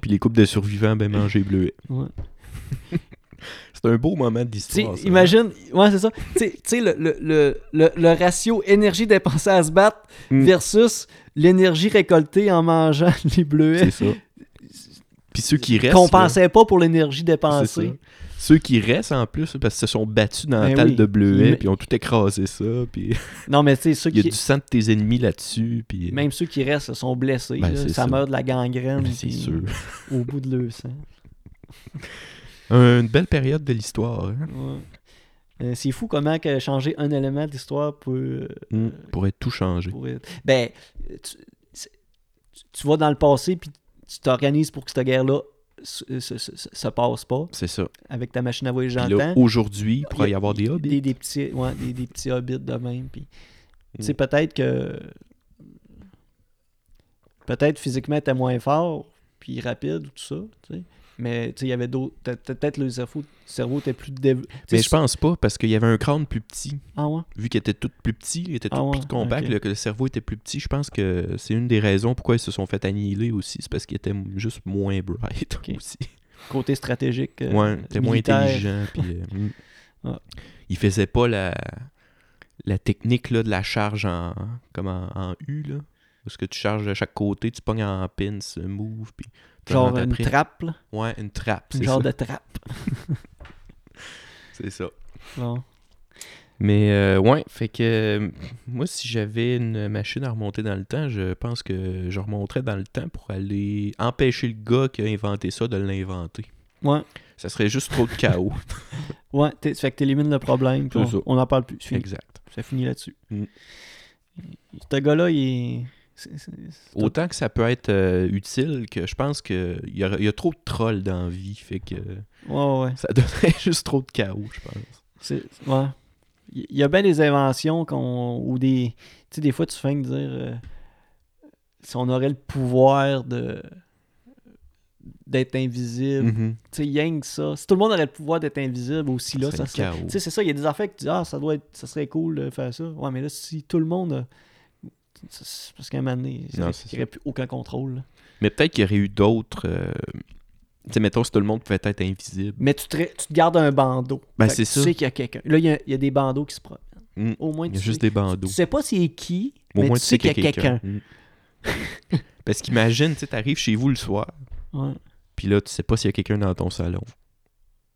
[SPEAKER 2] puis les couples de survivants, ben, manger bleuet.
[SPEAKER 1] Ouais.
[SPEAKER 2] C'est un beau moment
[SPEAKER 1] Tu sais,
[SPEAKER 2] d'histoire. ça. hein.
[SPEAKER 1] imagine, ouais, c'est ça. Tu sais- tu sais, le, le, le, le, le ratio énergie dépensée à se battre
[SPEAKER 2] Mm.
[SPEAKER 1] versus l'énergie récoltée en mangeant les bleuets
[SPEAKER 2] C'est ça. Puis ceux qui restent.
[SPEAKER 1] qu'on
[SPEAKER 2] là,
[SPEAKER 1] pensait pas pour l'énergie
[SPEAKER 2] C'est ça.
[SPEAKER 1] dépensée.
[SPEAKER 2] Ceux qui restent en plus, parce qu'ils se sont battus dans la
[SPEAKER 1] Ben
[SPEAKER 2] talle
[SPEAKER 1] oui.
[SPEAKER 2] de bleuets,
[SPEAKER 1] Mais-
[SPEAKER 2] puis ils ont tout écrasé ça, puis
[SPEAKER 1] Non, mais tu sais, ceux
[SPEAKER 2] il y a
[SPEAKER 1] qui,
[SPEAKER 2] du sang de tes ennemis là-dessus, puis.
[SPEAKER 1] même ceux qui restent sont blessés.
[SPEAKER 2] Ben,
[SPEAKER 1] là.
[SPEAKER 2] c'est
[SPEAKER 1] ça,
[SPEAKER 2] ça.
[SPEAKER 1] meurt de la gangrène
[SPEAKER 2] Ben, C'est
[SPEAKER 1] puis
[SPEAKER 2] sûr.
[SPEAKER 1] au bout de le sang.
[SPEAKER 2] Une belle période de l'histoire, hein,
[SPEAKER 1] Ouais. Euh, c'est fou comment que changer un élément d'histoire peut,
[SPEAKER 2] euh, pour être tout changé.
[SPEAKER 1] pour être- Ben, tu, c'est- tu- tu vas dans le passé, puis tu t'organises pour que cette guerre-là se, se- se- se- se passe pas
[SPEAKER 2] C'est ça.
[SPEAKER 1] avec ta machine à voyager dans
[SPEAKER 2] Puis
[SPEAKER 1] le
[SPEAKER 2] là,
[SPEAKER 1] temps.
[SPEAKER 2] aujourd'hui, il pourrait y avoir des
[SPEAKER 1] Des,
[SPEAKER 2] hobbies.
[SPEAKER 1] des petits, ouais, des, des petits hobbits de même. Puis, tu sais,
[SPEAKER 2] Mm.
[SPEAKER 1] peut-être que. Peut-être physiquement, t'es moins fort, puis rapide, ou tout ça, tu sais. Mais, tu sais, il y avait d'autres. t'as- t'as- Peut-être le cerveau, le cerveau était plus dév- tu sais,
[SPEAKER 2] Mais je pense pas, parce qu'il y avait un crâne plus petit.
[SPEAKER 1] Ah ouais?
[SPEAKER 2] Vu qu'il était tout plus petit, il était tout
[SPEAKER 1] Ah ouais,
[SPEAKER 2] plus compact,
[SPEAKER 1] ok.
[SPEAKER 2] le, que le cerveau était plus petit, je pense que c'est une des raisons pourquoi ils se sont fait annihiler aussi. C'est parce qu'ils étaient juste moins bright
[SPEAKER 1] Ok.
[SPEAKER 2] aussi.
[SPEAKER 1] Côté stratégique. euh, Ah.
[SPEAKER 2] Ouais, t'es moins
[SPEAKER 1] militaire.
[SPEAKER 2] intelligent. Puis, euh, mm.
[SPEAKER 1] Ouais.
[SPEAKER 2] Il faisait pas la, la technique là, de la charge en, comme en, en U. Là, parce que tu charges de chaque côté, tu pognes en pins, euh, move. Puis tu
[SPEAKER 1] Genre
[SPEAKER 2] rentres
[SPEAKER 1] une
[SPEAKER 2] après.
[SPEAKER 1] trappe, là.
[SPEAKER 2] Ouais, une trappe.
[SPEAKER 1] Une
[SPEAKER 2] C'est
[SPEAKER 1] genre de
[SPEAKER 2] ça.
[SPEAKER 1] trappe.
[SPEAKER 2] c'est ça.
[SPEAKER 1] Bon.
[SPEAKER 2] Mais euh, ouais, fait que euh, moi, si j'avais une machine à remonter dans le temps, je pense que je remonterais dans le temps pour aller empêcher le gars qui a inventé ça de l'inventer.
[SPEAKER 1] Ouais.
[SPEAKER 2] Ça serait juste trop de chaos.
[SPEAKER 1] Ouais, t'es- fait que t'élimines le problème, puis
[SPEAKER 2] C'est ça.
[SPEAKER 1] on- on n'en parle plus. C'est fini.
[SPEAKER 2] exact.
[SPEAKER 1] Ça finit là-dessus.
[SPEAKER 2] Mm.
[SPEAKER 1] Ce gars-là, il est... c'est- c'est- c'est-
[SPEAKER 2] Autant que ça peut être euh, utile, que je pense qu'il y, a- y a trop de trolls dans la vie, fait que
[SPEAKER 1] Ouais, ouais.
[SPEAKER 2] ça donnerait juste trop de chaos, je pense.
[SPEAKER 1] C'est- ouais. Il il y a bien des inventions qu'on. ou des. Tu sais, des fois, tu fais que dire. euh, si on aurait le pouvoir de. d'être invisible.
[SPEAKER 2] Mm.
[SPEAKER 1] Tu sais, rien que ça. Si tout le monde aurait le pouvoir d'être invisible aussi, là,
[SPEAKER 2] serait
[SPEAKER 1] ça
[SPEAKER 2] le
[SPEAKER 1] serait.
[SPEAKER 2] chaos.
[SPEAKER 1] Tu sais, c'est ça, il y a des affaires que tu dis, ah, ça, doit être, ça serait cool de faire ça. Ouais, mais là, si tout le monde. a- c'est- c'est Parce qu'à un moment donné, il n'y
[SPEAKER 2] Non,
[SPEAKER 1] aurait
[SPEAKER 2] c'est
[SPEAKER 1] il y aurait plus aucun contrôle. là.
[SPEAKER 2] Mais peut-être qu'il y aurait eu d'autres... euh, Tu sais, mettons, si tout le monde pouvait être invisible.
[SPEAKER 1] Mais tu te, ré- tu te gardes un bandeau.
[SPEAKER 2] Ben,
[SPEAKER 1] Fait que
[SPEAKER 2] c'est ça.
[SPEAKER 1] Tu sais qu'il y a quelqu'un. Là, il y, a- il y a des bandeaux qui se promènent.
[SPEAKER 2] Mm.
[SPEAKER 1] Au moins,
[SPEAKER 2] Il y a
[SPEAKER 1] tu
[SPEAKER 2] juste
[SPEAKER 1] sais.
[SPEAKER 2] des bandeaux.
[SPEAKER 1] Tu sais pas c'est qui,
[SPEAKER 2] Au
[SPEAKER 1] mais
[SPEAKER 2] moins,
[SPEAKER 1] tu sais qu'il y a quelqu'un.
[SPEAKER 2] Mm. Parce qu'imagine, tu sais, t'arrives chez vous le soir,
[SPEAKER 1] Ouais.
[SPEAKER 2] puis là, tu sais pas s'il y a quelqu'un dans ton salon.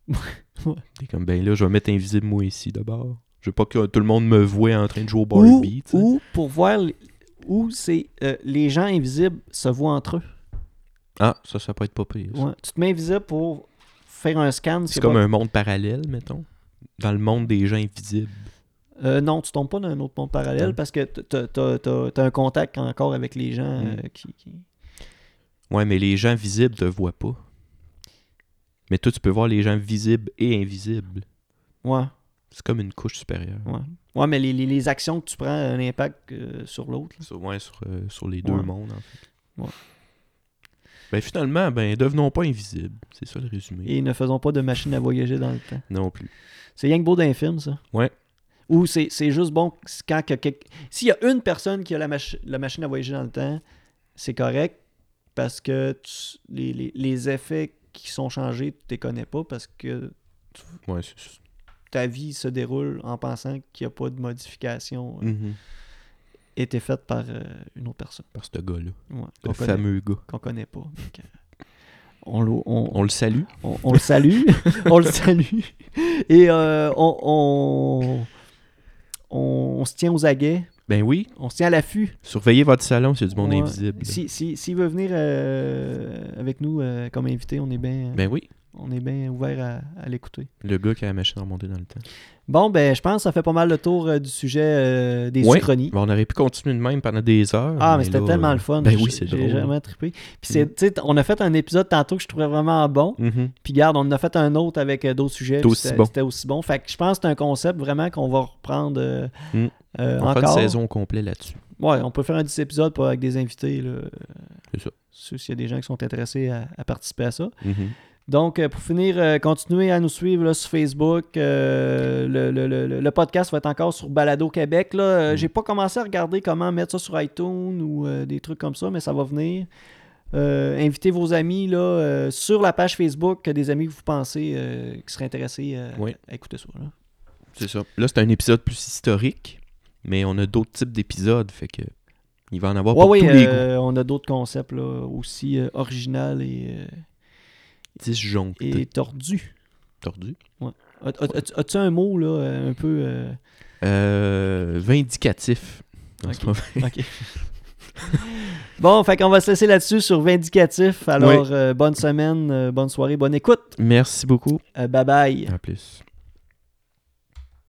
[SPEAKER 1] Ouais.
[SPEAKER 2] T'es comme, ben là, je vais mettre invisible moi ici d'abord. Je veux pas que tout le monde me voie en train de jouer au
[SPEAKER 1] Ou,
[SPEAKER 2] Barbie. tu sais.
[SPEAKER 1] ou pour voir les- où c'est euh, les gens invisibles se voient entre eux.
[SPEAKER 2] Ah, ça, ça peut être pas pire. ça.
[SPEAKER 1] Ouais. Tu te mets invisible pour faire un scan.
[SPEAKER 2] C'est comme un monde parallèle, mettons. Dans le monde des gens invisibles.
[SPEAKER 1] Euh, non, tu tombes pas dans un autre monde parallèle
[SPEAKER 2] Non.
[SPEAKER 1] parce que t- t'as- t'as t'as- t'as un contact encore avec les gens
[SPEAKER 2] Mm.
[SPEAKER 1] euh, qui, qui-
[SPEAKER 2] Ouais, mais les gens visibles te voient pas. Mais toi, tu peux voir les gens visibles et invisibles.
[SPEAKER 1] Ouais,
[SPEAKER 2] C'est comme une couche supérieure.
[SPEAKER 1] ouais. Ouais, mais les, les- les actions que tu prends ont un impact euh, sur l'autre. là.
[SPEAKER 2] Sur, ouais, sur, euh, sur les deux
[SPEAKER 1] Ouais.
[SPEAKER 2] mondes, en fait.
[SPEAKER 1] Ouais.
[SPEAKER 2] Ben finalement, ben devenons pas invisibles. C'est ça le résumé.
[SPEAKER 1] Et ne faisons pas de machine à voyager dans le temps.
[SPEAKER 2] Non plus.
[SPEAKER 1] C'est rien que beau d'un film, ça.
[SPEAKER 2] Ouais.
[SPEAKER 1] Ou c'est c'est juste bon quand que quelqu- S'il y a une personne qui a la, machi- la machine à voyager dans le temps, c'est correct parce que tu- les, les- les effets qui sont changés, tu ne les connais pas parce que
[SPEAKER 2] Ouais, c'est ça.
[SPEAKER 1] ta vie se déroule en pensant qu'il n'y a pas de modification euh,
[SPEAKER 2] Mhm.
[SPEAKER 1] été faite par euh, une autre personne
[SPEAKER 2] Par ce gars-là.
[SPEAKER 1] ouais, qu'on
[SPEAKER 2] Le
[SPEAKER 1] connaît,
[SPEAKER 2] fameux gars.
[SPEAKER 1] qu'on connaît pas. Donc, euh, on, le- on-
[SPEAKER 2] On le salue.
[SPEAKER 1] on- on le salue. on le salue. Et euh, on, on, on- on se tient aux aguets.
[SPEAKER 2] Ben oui.
[SPEAKER 1] On se tient à l'affût.
[SPEAKER 2] Surveillez votre salon, c'est du monde
[SPEAKER 1] Ouais.
[SPEAKER 2] invisible.
[SPEAKER 1] Si, si, s'il veut venir euh, avec nous euh, comme invité, on est bien
[SPEAKER 2] Ben oui.
[SPEAKER 1] on est bien ouvert à, à l'écouter.
[SPEAKER 2] Le gars qui a la machine à remonter dans le temps.
[SPEAKER 1] Bon, ben, je pense que ça fait pas mal le tour euh, du sujet euh, des
[SPEAKER 2] Ouais.
[SPEAKER 1] uchronies.
[SPEAKER 2] Ben, on aurait pu continuer de même pendant des heures.
[SPEAKER 1] Ah, mais c'était
[SPEAKER 2] là,
[SPEAKER 1] tellement
[SPEAKER 2] euh,
[SPEAKER 1] le fun.
[SPEAKER 2] Ben
[SPEAKER 1] J'ai-
[SPEAKER 2] oui, c'est
[SPEAKER 1] J'ai
[SPEAKER 2] drôle.
[SPEAKER 1] vraiment trippé. Puis, c'est, tu sais, on a fait un épisode tantôt que je trouvais vraiment bon.
[SPEAKER 2] Mhm.
[SPEAKER 1] Puis garde, on en a fait un autre avec euh, d'autres sujets.
[SPEAKER 2] C'était
[SPEAKER 1] puis
[SPEAKER 2] aussi
[SPEAKER 1] C'était
[SPEAKER 2] bon.
[SPEAKER 1] c'était aussi bon. Fait que je pense que c'est un concept vraiment qu'on va reprendre euh,
[SPEAKER 2] Mm.
[SPEAKER 1] euh,
[SPEAKER 2] On fera
[SPEAKER 1] encore.
[SPEAKER 2] une saison complète là-dessus.
[SPEAKER 1] Ouais, on peut faire un 10 épisodes pour- avec des invités. Là.
[SPEAKER 2] C'est ça.
[SPEAKER 1] Ceux- S'il y a des gens qui sont intéressés à, à participer à ça.
[SPEAKER 2] Mhm.
[SPEAKER 1] Donc, euh, pour finir, euh, continuez à nous suivre là, sur Facebook. Euh, le, le- le- le- le podcast va être encore sur Balado Québec. Là. Euh,
[SPEAKER 2] Mm.
[SPEAKER 1] J'ai pas commencé à regarder comment mettre ça sur iTunes ou euh, des trucs comme ça, mais ça va venir. Euh, invitez vos amis là, euh, sur la page Facebook, euh, des amis que vous pensez euh, qui seraient intéressés euh,
[SPEAKER 2] Oui.
[SPEAKER 1] à écouter ça. là.
[SPEAKER 2] C'est ça. Là, c'est un épisode plus historique, mais on a d'autres types d'épisodes, fait que il va en avoir
[SPEAKER 1] Ouais,
[SPEAKER 2] Oh, pour
[SPEAKER 1] oui,
[SPEAKER 2] tous les goûts.
[SPEAKER 1] euh, on a d'autres concepts là, aussi euh, original et, euh,
[SPEAKER 2] Disjoncté.
[SPEAKER 1] et tordus.
[SPEAKER 2] Tordu.
[SPEAKER 1] A- a- As-tu as-tu un mot là, euh, un peu. euh,
[SPEAKER 2] Euh, vindicatif. En
[SPEAKER 1] Ok.
[SPEAKER 2] ce moment.
[SPEAKER 1] OK. bon, fait qu'on va se laisser là-dessus sur Vindicatif. Alors,
[SPEAKER 2] Oui.
[SPEAKER 1] euh, bonne semaine, euh, bonne soirée, bonne écoute.
[SPEAKER 2] Merci beaucoup.
[SPEAKER 1] Euh, bye bye.
[SPEAKER 2] À plus.